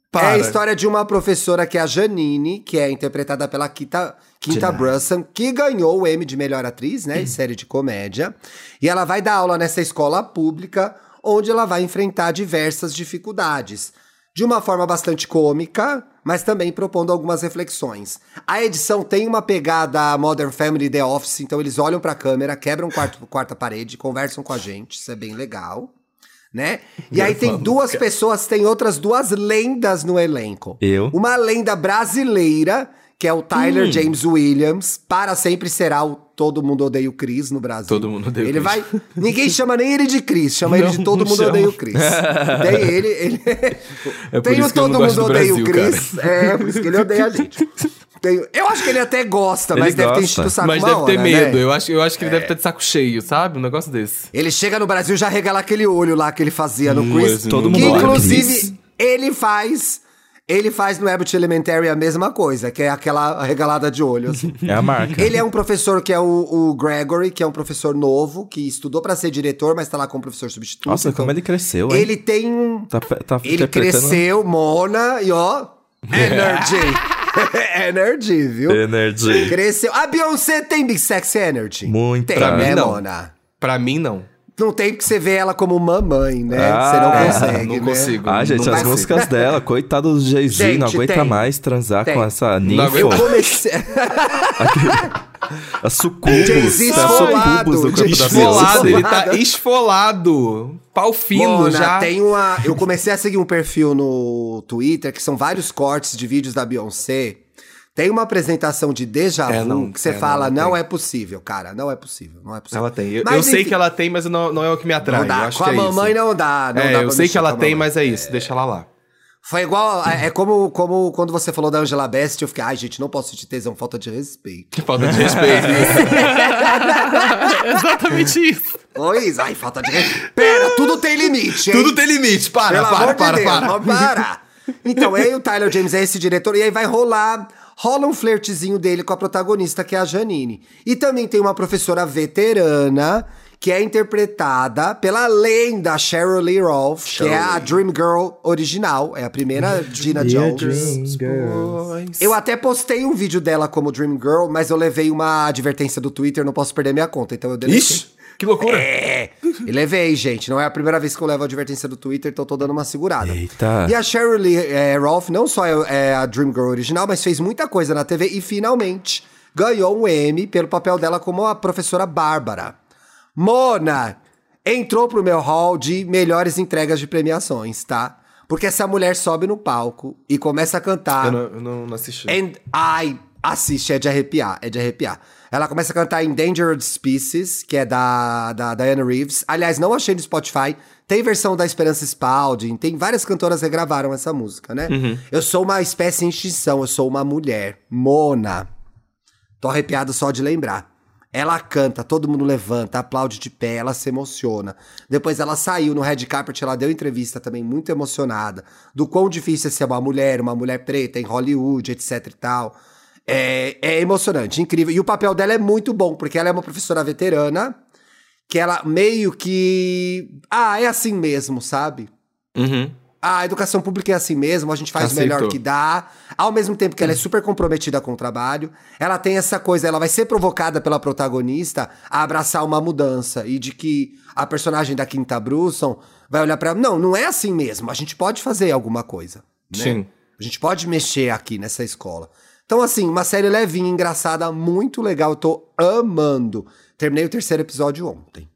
Speaker 3: Para.
Speaker 1: história de uma professora que é a Janine, que é interpretada pela Quinta, Quinta
Speaker 2: Janine.
Speaker 1: Brunson, que ganhou o Emmy de melhor atriz, né, em série de comédia. E ela vai dar aula nessa escola pública, onde ela vai enfrentar diversas dificuldades. De uma forma bastante cômica, mas também propondo algumas reflexões. A edição tem uma pegada Modern Family The Office, então eles olham pra câmera, quebram quarto, quarta parede, conversam com a gente, isso é bem legal né? E aí tem duas pessoas, tem outras duas lendas no elenco.
Speaker 2: Eu.
Speaker 1: Uma lenda brasileira, que é o Tyler
Speaker 3: Hum.
Speaker 1: James Williams, para sempre será o Todo Mundo Odeia o Chris no Brasil.
Speaker 3: Todo mundo odeia o
Speaker 1: Ele
Speaker 3: Chris.
Speaker 1: vai, ninguém chama nem ele de Chris, chama ele de
Speaker 3: Não,
Speaker 1: Todo
Speaker 3: não
Speaker 1: Mundo
Speaker 3: chama.
Speaker 1: Odeia o Chris. Tem ele, ele
Speaker 3: É por
Speaker 1: Tem
Speaker 3: isso
Speaker 1: o
Speaker 3: que eu
Speaker 1: Todo
Speaker 3: não gosto
Speaker 1: Mundo
Speaker 3: do
Speaker 1: Odeia o
Speaker 3: Brasil,
Speaker 1: Chris. É, por isso que ele odeia a gente. Tem- eu acho que ele até gosta,
Speaker 2: Ele
Speaker 1: mas deve ter
Speaker 2: gosta.
Speaker 1: enchido o saco
Speaker 3: Mas
Speaker 1: uma
Speaker 3: deve ter
Speaker 1: tá hora,
Speaker 3: medo.
Speaker 1: né?
Speaker 3: Eu, acho, eu acho que ele deve estar de saco cheio, sabe? Um negócio desse.
Speaker 1: Ele chega no Brasil e já regala aquele olho lá que ele fazia no
Speaker 3: Hum,
Speaker 1: Chris.
Speaker 3: esse
Speaker 2: Todo
Speaker 3: não
Speaker 1: Que
Speaker 2: mundo
Speaker 3: gosta.
Speaker 2: olha o
Speaker 1: inclusive
Speaker 2: Chris.
Speaker 1: ele faz. Ele faz no Abbott Elementary a mesma coisa, que é aquela regalada de olho, assim.
Speaker 2: É a marca.
Speaker 1: Ele é um professor que é o, o Gregory, que é um professor novo, que estudou pra ser diretor, mas tá lá como professor substituto.
Speaker 2: Nossa,
Speaker 1: então
Speaker 2: como ele cresceu, hein?
Speaker 1: ele tem um.
Speaker 2: Tá, pe- tá
Speaker 1: Ele
Speaker 2: interpretando-
Speaker 1: cresceu, Mona, e ó. Energy. energy, viu?
Speaker 2: Energy.
Speaker 1: Cresceu. A Beyoncé tem Big Sex Energy?
Speaker 2: Muito.
Speaker 1: Tem,
Speaker 2: Pra
Speaker 1: né,
Speaker 3: mim, não.
Speaker 1: Mona?
Speaker 3: Pra mim, não.
Speaker 1: Não tem porque você vê ela como mamãe, né? você não
Speaker 2: Ah,
Speaker 1: consegue.
Speaker 3: não
Speaker 1: né?
Speaker 3: consigo.
Speaker 2: Ah, gente,
Speaker 3: Não
Speaker 2: as
Speaker 1: vai
Speaker 2: músicas dela, coitado do Jay-Z,
Speaker 1: Gente,
Speaker 2: não aguenta
Speaker 1: tem.
Speaker 2: mais transar
Speaker 1: Tem.
Speaker 2: com essa
Speaker 1: Eu
Speaker 2: ninfo,
Speaker 3: aguento.
Speaker 1: comecei.
Speaker 2: a sucubus,
Speaker 1: Jay-Z
Speaker 2: tá
Speaker 1: esfolado,
Speaker 2: sucubus do corpo da
Speaker 1: Jay-Z
Speaker 3: Esfolado,
Speaker 1: Beyoncé.
Speaker 2: Beyoncé.
Speaker 3: ele tá esfolado. Pau fino
Speaker 1: Mona,
Speaker 3: já.
Speaker 1: tem uma. Eu comecei a seguir um perfil no Twitter que são vários cortes de vídeos da Beyoncé. Tem uma apresentação de déjà vu
Speaker 3: É, não,
Speaker 1: que você
Speaker 3: é, não,
Speaker 1: fala,
Speaker 3: ela
Speaker 1: não,
Speaker 3: tem.
Speaker 1: é possível, cara, não é possível, não é possível.
Speaker 3: Ela tem. Eu,
Speaker 1: Mas,
Speaker 3: eu sei
Speaker 1: enfim,
Speaker 3: que ela tem, mas não, não é o que me atrai.
Speaker 1: não
Speaker 3: Eu
Speaker 1: dá.
Speaker 3: acho
Speaker 1: Com
Speaker 3: que
Speaker 1: a
Speaker 3: é
Speaker 1: mamãe
Speaker 3: isso.
Speaker 1: não dá. Não
Speaker 3: é,
Speaker 1: dá
Speaker 3: eu
Speaker 1: pra
Speaker 3: sei
Speaker 1: mexer
Speaker 3: que ela
Speaker 1: com a
Speaker 3: tem,
Speaker 1: mamãe.
Speaker 3: mas é isso. Deixa ela lá.
Speaker 1: Foi igual. É, é como, como quando você falou da Angela Best, eu fiquei, ai, gente, não posso te tesão, falta de respeito.
Speaker 3: Que falta de respeito. Exatamente isso.
Speaker 1: Ô, Isa, ai, falta de respeito. Pera, tudo tem limite, hein?
Speaker 3: Tudo tem limite. Para,
Speaker 1: Pelo
Speaker 3: para,
Speaker 1: amor
Speaker 3: para,
Speaker 1: de Deus,
Speaker 3: para.
Speaker 1: vamos parar. Então, aí o Tyler James é esse diretor, e aí vai rolar. Rola um flertezinho dele com a protagonista, que é a Janine. E também tem uma professora veterana, que é interpretada pela lenda Cheryl Lee Rolfe, que é a Dream Girl original. É a primeira Gina Jones. Eu até postei um vídeo dela como Dream Girl, mas eu levei uma advertência do Twitter, não posso perder minha conta, então eu deletei.
Speaker 3: Ixi, que loucura.
Speaker 1: É, e levei, gente. Não é a primeira vez que eu levo a advertência do Twitter, então tô dando uma segurada.
Speaker 2: Eita.
Speaker 1: E a Sheryl Lee é, Rolfe não só é, é a Dream Girl original, mas fez muita coisa na TV e finalmente ganhou um Emmy pelo papel dela como a professora Bárbara. Mona entrou pro meu hall de melhores entregas de premiações, tá? Porque essa mulher sobe no palco e começa a cantar.
Speaker 3: Eu não, eu não- não assisti.
Speaker 1: And I assiste, é de arrepiar, é de arrepiar. Ela começa a cantar Endangered Species, que é da, da Diana Reeves. Aliás, não achei no Spotify. Tem versão da Esperança Spalding, tem várias cantoras que gravaram essa música, né? Eu sou uma espécie em extinção, eu sou uma mulher. Mona. Tô arrepiado só de lembrar. Ela canta, todo mundo levanta, aplaude de pé, ela se emociona. Depois ela saiu no red carpet, ela deu entrevista também muito emocionada do quão difícil é ser uma mulher, uma mulher preta em Hollywood, etc e tal. É, é emocionante, incrível. E o papel dela é muito bom, porque ela é uma professora veterana, que ela meio que. Ah, é assim mesmo, sabe?
Speaker 3: Uhum.
Speaker 1: a educação pública é assim mesmo, a gente faz
Speaker 3: Aceitou. Uhum.
Speaker 1: o melhor que dá. Ao mesmo tempo que ela é super comprometida com o trabalho, ela tem essa coisa, ela vai ser provocada pela protagonista a abraçar uma mudança e de que a personagem da Quinta Brusson vai olhar pra ela, não, não é assim mesmo, a gente pode fazer alguma coisa. né?
Speaker 3: Sim.
Speaker 1: A gente pode mexer aqui nessa escola. Então, assim, uma série levinha, engraçada, muito legal. Eu tô amando. Terminei o terceiro episódio ontem.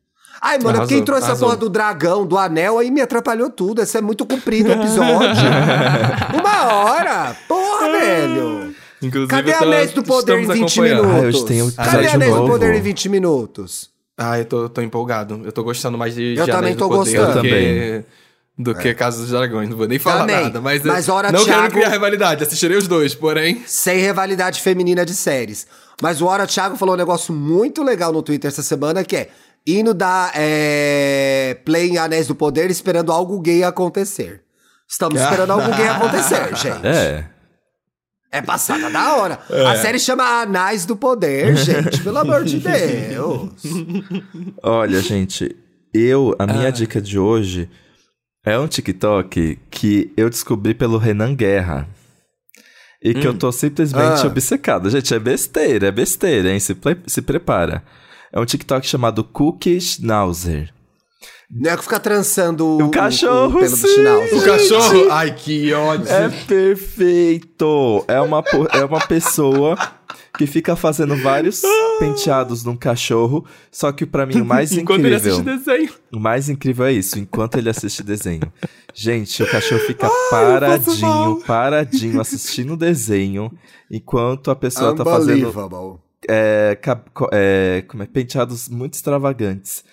Speaker 1: Ai, mano,
Speaker 3: Arrasou,
Speaker 1: quem trouxe essa
Speaker 3: arrasou.
Speaker 1: porra do dragão, do anel, aí me atrapalhou tudo. Esse é muito comprido o episódio. Uma hora! Porra, velho!
Speaker 3: Ah, Inclusive,
Speaker 1: Cadê
Speaker 3: eu
Speaker 1: a
Speaker 3: tô-
Speaker 1: Anéis do Poder em 20
Speaker 3: estamos acompanhando.
Speaker 1: minutos?
Speaker 2: Ah, hoje tem um
Speaker 1: Cadê a
Speaker 2: episódio
Speaker 1: Anéis do
Speaker 2: novo.
Speaker 1: Poder em 20 minutos?
Speaker 3: Ah, eu tô, tô empolgado. Eu tô gostando mais de
Speaker 1: Eu
Speaker 3: de
Speaker 1: também
Speaker 3: Anéis do
Speaker 1: tô
Speaker 3: Poder
Speaker 1: gostando.
Speaker 3: do que do que
Speaker 2: É.
Speaker 3: Casa dos Dragões. Não vou nem falar
Speaker 1: Também.
Speaker 3: nada, mas,
Speaker 1: Mas,
Speaker 3: eu-
Speaker 1: ora,
Speaker 3: não
Speaker 1: Thiago-
Speaker 3: quero criar rivalidade. Assistirei os dois, porém.
Speaker 1: Sem rivalidade feminina de séries. Mas o Hora Thiago falou um negócio muito legal no Twitter essa semana, que é hino da é, Play em Anéis do Poder esperando algo gay acontecer. Estamos esperando algo gay acontecer, gente.
Speaker 2: É.
Speaker 1: É passada da hora. A série chama Anais do Poder, gente. Pelo amor de Deus.
Speaker 2: Olha, gente, eu, a minha dica de hoje é um TikTok que eu descobri pelo Renan Guerra. E que eu tô simplesmente
Speaker 1: Ah.
Speaker 2: obcecado. Gente, é besteira, é besteira, hein? Se, pre- se prepara. É um TikTok chamado Cookie Schnauzer.
Speaker 1: Não é que fica trançando
Speaker 2: O cachorro,
Speaker 1: pelo do
Speaker 2: sim.
Speaker 1: Schnauzer.
Speaker 3: O cachorro. Ai, que ódio.
Speaker 2: É perfeito! É uma, po- é uma pessoa que fica fazendo vários penteados num cachorro, só que pra mim o mais
Speaker 3: Enquanto
Speaker 2: incrível...
Speaker 3: ele assiste desenho.
Speaker 2: O mais incrível é isso, enquanto ele assiste desenho. Gente, o cachorro fica paradinho, paradinho, assistindo desenho, enquanto a pessoa tá fazendo
Speaker 1: Unbelievable.
Speaker 2: é, cab- co- é, como é, penteados muito extravagantes.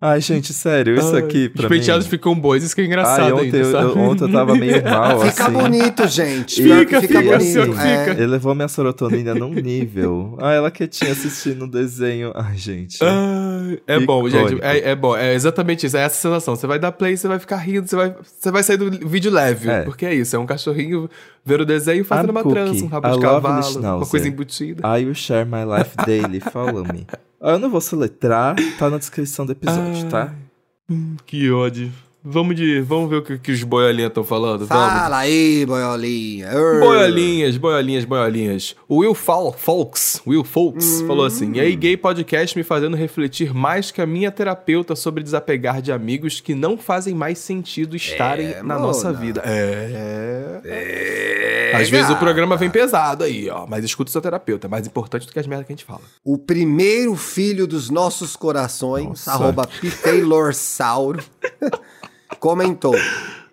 Speaker 2: Ai, gente, sério, isso aqui pra
Speaker 3: Os penteados
Speaker 2: mim...
Speaker 3: ficam bons, isso que é engraçado
Speaker 2: Ai, ontem,
Speaker 3: ainda,
Speaker 2: eu,
Speaker 3: sabe?
Speaker 2: eu- ontem eu tava meio mal,
Speaker 1: Fica
Speaker 2: assim.
Speaker 1: bonito, gente.
Speaker 2: Fica, assim,
Speaker 1: Pior que
Speaker 3: fica,
Speaker 1: bonito.
Speaker 3: pior que
Speaker 1: é.
Speaker 3: fica.
Speaker 2: Ele levou minha serotonina num nível. Ah, ela quietinha assistindo um desenho. Ai, gente.
Speaker 3: Ai, é bom,
Speaker 2: Icônico.
Speaker 3: gente. É, é bom, é exatamente isso. É essa sensação. Você vai dar play, você vai ficar rindo, você vai, você vai sair do vídeo leve.
Speaker 2: É.
Speaker 3: Porque é isso, é um cachorrinho ver o desenho fazendo
Speaker 2: I'm
Speaker 3: uma
Speaker 2: cookie.
Speaker 3: trança, um rabo
Speaker 2: I
Speaker 3: de
Speaker 2: love
Speaker 3: cavalo,
Speaker 2: Schnauzer.
Speaker 3: uma coisa embutida.
Speaker 2: I will share my life daily, follow me. Ah, Eu não vou soletrar, tá na descrição do episódio,
Speaker 3: Ai.
Speaker 2: tá?
Speaker 3: Que ódio. Vamos, de, vamos ver o que, que os boiolinhas estão falando. Vamos.
Speaker 1: Fala aí, boiolinha. Ur.
Speaker 3: Boiolinhas, boiolinhas, boiolinhas. O Will Fal Folks, Will Folks falou assim: E aí, gay podcast me fazendo refletir mais que a minha terapeuta sobre desapegar de amigos que não fazem mais sentido estarem na
Speaker 1: mona.
Speaker 3: nossa vida. É. Ah.
Speaker 1: É,
Speaker 3: Às vezes o
Speaker 1: gata.
Speaker 3: programa vem pesado aí, ó. Mas escuta o seu terapeuta. É mais importante do que as merdas que a gente fala.
Speaker 1: O primeiro filho dos nossos corações,
Speaker 2: Nossa.
Speaker 1: arroba Pitaylorsauro, comentou.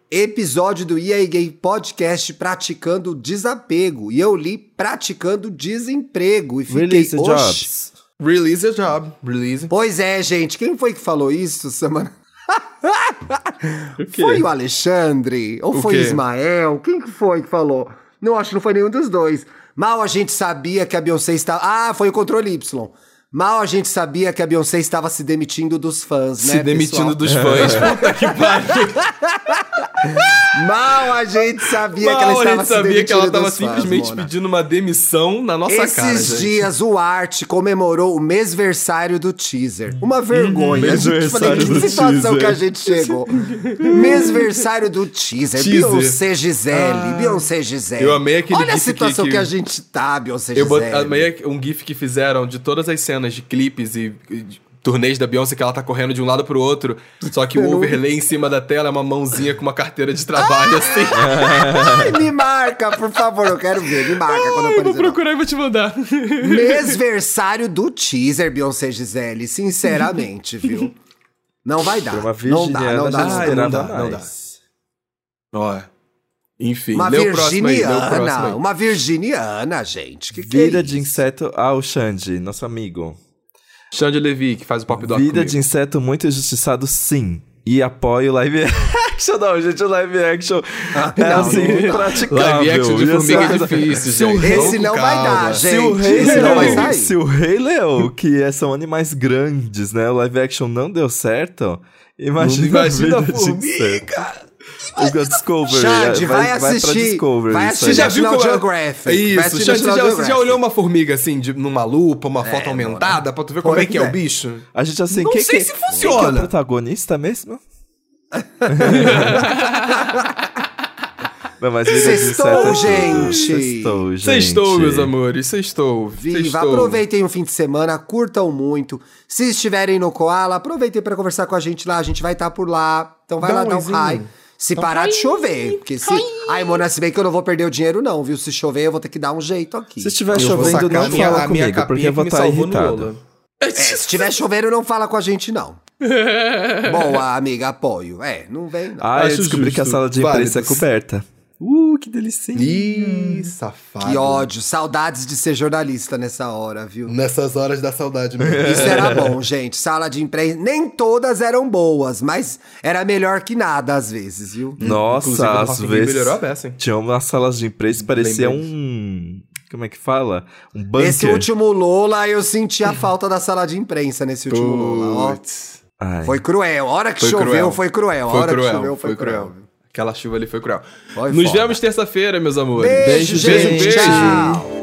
Speaker 1: Episódio do EA Gay Podcast praticando desapego. E eu li praticando desemprego. E fiquei,
Speaker 2: Release the
Speaker 1: "Oxi".
Speaker 2: jobs.
Speaker 3: Release a job. Release.
Speaker 1: Pois é, gente. Quem foi que falou isso semana? Foi o Alexandre? Ou
Speaker 3: O
Speaker 1: foi o
Speaker 3: quê?
Speaker 1: Ismael? Quem que foi que falou? Não, acho que não foi nenhum dos dois. Mal a gente sabia que a Beyoncé estava. Ah, foi o controle Y. Mal a gente sabia que a Beyoncé estava se demitindo dos fãs, né?
Speaker 3: Se
Speaker 1: pessoal?
Speaker 3: demitindo dos fãs. Puta que pariu.
Speaker 1: Mal a gente sabia é que ela
Speaker 3: Mal a
Speaker 1: estava
Speaker 3: gente
Speaker 1: se
Speaker 3: sabia que ela
Speaker 1: demitindo
Speaker 3: tava
Speaker 1: dos fãs,
Speaker 3: simplesmente
Speaker 1: Mona.
Speaker 3: pedindo uma demissão na nossa
Speaker 1: Esses
Speaker 3: cara. gente.
Speaker 1: dias o Art comemorou o mêsversário do teaser. Uma vergonha. a gente falei,
Speaker 2: mesversário
Speaker 1: que
Speaker 2: do
Speaker 1: situação
Speaker 2: teaser."
Speaker 1: que a gente chegou. mêsversário do teaser.
Speaker 3: Teaser.
Speaker 1: Beyoncé Gisele.
Speaker 3: Ah.
Speaker 1: Beyoncé Gisele.
Speaker 3: Eu amei aquele
Speaker 1: Olha a
Speaker 3: gif que-
Speaker 1: situação que,
Speaker 3: que-
Speaker 1: a gente tá, Beyoncé
Speaker 3: Eu bot-
Speaker 1: Gisele.
Speaker 3: amei um gif que fizeram de todas as cenas de clipes e e de turnês da Beyoncé que ela tá correndo de um lado pro outro, só que o overlay em cima da tela é uma mãozinha com uma carteira de trabalho assim.
Speaker 1: Ah, Ai, me marca, por favor. Eu quero ver. Me marca quando
Speaker 3: Ai, vou
Speaker 1: aparecer.
Speaker 3: procurar e vou te mandar.
Speaker 1: Mesversário do teaser, Beyoncé Gisele. Sinceramente, viu? Não vai dar.
Speaker 2: Pra uma
Speaker 1: Não dá,
Speaker 2: virginiana
Speaker 1: não dá.
Speaker 2: já
Speaker 1: Não
Speaker 2: não
Speaker 1: dá.
Speaker 3: Ai, não
Speaker 2: esperava
Speaker 3: dá, não dá.
Speaker 2: mais.
Speaker 3: Ó. Enfim,
Speaker 1: Uma
Speaker 3: lê o próximo aí, lê o próximo aí.
Speaker 1: virginiana, uma virginiana, gente. Que que é
Speaker 2: Vida de
Speaker 1: isso?
Speaker 2: inseto... Ah, o Xande, nosso amigo.
Speaker 3: Xande Levi, que faz o pop doc
Speaker 2: Vida
Speaker 3: comigo.
Speaker 2: de inseto muito injustiçado, sim. E apoio live action. Não, gente, o live action é
Speaker 1: Ah, não,
Speaker 2: assim,
Speaker 1: não.
Speaker 2: impraticável. assim.
Speaker 3: Live action de
Speaker 2: Ia
Speaker 3: formiga é
Speaker 2: ser-
Speaker 3: difícil,
Speaker 1: Se o
Speaker 3: gente.
Speaker 1: rei-
Speaker 3: Vamos
Speaker 1: se
Speaker 3: com
Speaker 1: não vai
Speaker 3: calma.
Speaker 1: dar,
Speaker 2: Se o
Speaker 1: gente.
Speaker 2: Rei
Speaker 1: Esse não
Speaker 2: Leão,
Speaker 1: vai sair.
Speaker 2: se o Rei Leão, que é- são animais grandes, né? O live action não deu certo. Imagina,
Speaker 3: Imagina
Speaker 2: a
Speaker 3: a
Speaker 2: vida de inseto. O Discovery.
Speaker 1: Xande,
Speaker 2: é,
Speaker 1: vai,
Speaker 2: pra
Speaker 1: assistir.
Speaker 2: Discovery,
Speaker 1: Vai
Speaker 2: isso
Speaker 1: assistir
Speaker 2: aí.
Speaker 3: Você já viu
Speaker 1: National
Speaker 3: como-
Speaker 1: Geographic.
Speaker 3: É
Speaker 1: Vai
Speaker 3: Isso,
Speaker 1: assistir
Speaker 3: Xande,
Speaker 1: National
Speaker 3: já- você já
Speaker 1: Geographic. É,
Speaker 3: olhou uma formiga assim, de- numa lupa, uma foto
Speaker 1: mano.
Speaker 3: aumentada, pra tu ver como
Speaker 1: Olha
Speaker 3: é que é
Speaker 1: que é.
Speaker 3: o bicho?
Speaker 2: A gente assim,
Speaker 3: Não
Speaker 2: quem
Speaker 3: sei
Speaker 2: que,
Speaker 3: se
Speaker 2: Quem que é o
Speaker 3: funciona.
Speaker 2: protagonista mesmo? não, mas vida de
Speaker 1: Sextou,
Speaker 2: inseto é-
Speaker 1: gente.
Speaker 2: Sextou, gente.
Speaker 3: Sextou, meus amores, sextou.
Speaker 1: Viva,
Speaker 3: sextou.
Speaker 1: aproveitem o fim de semana, curtam muito. Se estiverem no Koala, aproveitem para conversar com a gente lá, a gente vai estar por lá. Então vai
Speaker 3: Dá
Speaker 1: lá
Speaker 3: um
Speaker 1: dar um
Speaker 3: oizinho.
Speaker 1: raio. Se parar de chover, porque se... Ai, Mona, se bem que eu não vou perder o dinheiro não, viu? Se chover, eu vou ter que dar um jeito aqui.
Speaker 2: Se estiver
Speaker 3: Eu vou
Speaker 2: chovendo,
Speaker 3: sacar
Speaker 2: não
Speaker 3: a minha-
Speaker 2: fala
Speaker 3: a minha
Speaker 2: comigo, porque
Speaker 3: capinha
Speaker 2: eu vou
Speaker 3: que me
Speaker 2: estar
Speaker 3: salvou no
Speaker 2: irritado.
Speaker 3: Lola.
Speaker 1: É, se tiver chovendo, não fala com a gente não. Boa, amiga, apoio. É, não vem não.
Speaker 2: Ah, eu
Speaker 3: Acho
Speaker 2: Ah, descobri que a
Speaker 3: justo.
Speaker 2: sala de imprensa é
Speaker 3: Válidos.
Speaker 2: coberta. Uh, Uh, que delicinha.
Speaker 3: Ih, safado.
Speaker 1: Hum. Que ódio. Saudades de ser jornalista nessa hora, viu?
Speaker 4: Nessas horas da saudade mesmo.
Speaker 1: Isso era bom, gente. Sala de imprensa. Nem todas eram boas, mas era melhor que nada às vezes, viu?
Speaker 3: Inclusive,
Speaker 2: Nossa,
Speaker 3: o
Speaker 2: às
Speaker 3: Rock in Rio
Speaker 2: vezes.
Speaker 3: melhorou a peça, hein?
Speaker 2: Tinha umas salas de imprensa que parecia
Speaker 3: Lembrei.
Speaker 2: um. Como é que fala? Um bunker.
Speaker 3: é
Speaker 1: Esse último Lola, eu senti a falta da sala de imprensa nesse último Lola. ó.
Speaker 4: Putz.
Speaker 2: Ai.
Speaker 1: Foi cruel. A hora que
Speaker 3: Foi
Speaker 1: choveu
Speaker 3: cruel.
Speaker 1: foi cruel. A
Speaker 3: Foi
Speaker 1: hora
Speaker 3: cruel,
Speaker 1: que choveu
Speaker 3: foi cruel. Aquela chuva ali foi cruel.
Speaker 1: Foi
Speaker 3: Nos
Speaker 1: foda.
Speaker 3: vemos terça-feira, meus amores.
Speaker 1: Beijo,
Speaker 2: Beijo,
Speaker 1: gente.
Speaker 2: beijo.
Speaker 1: Tchau.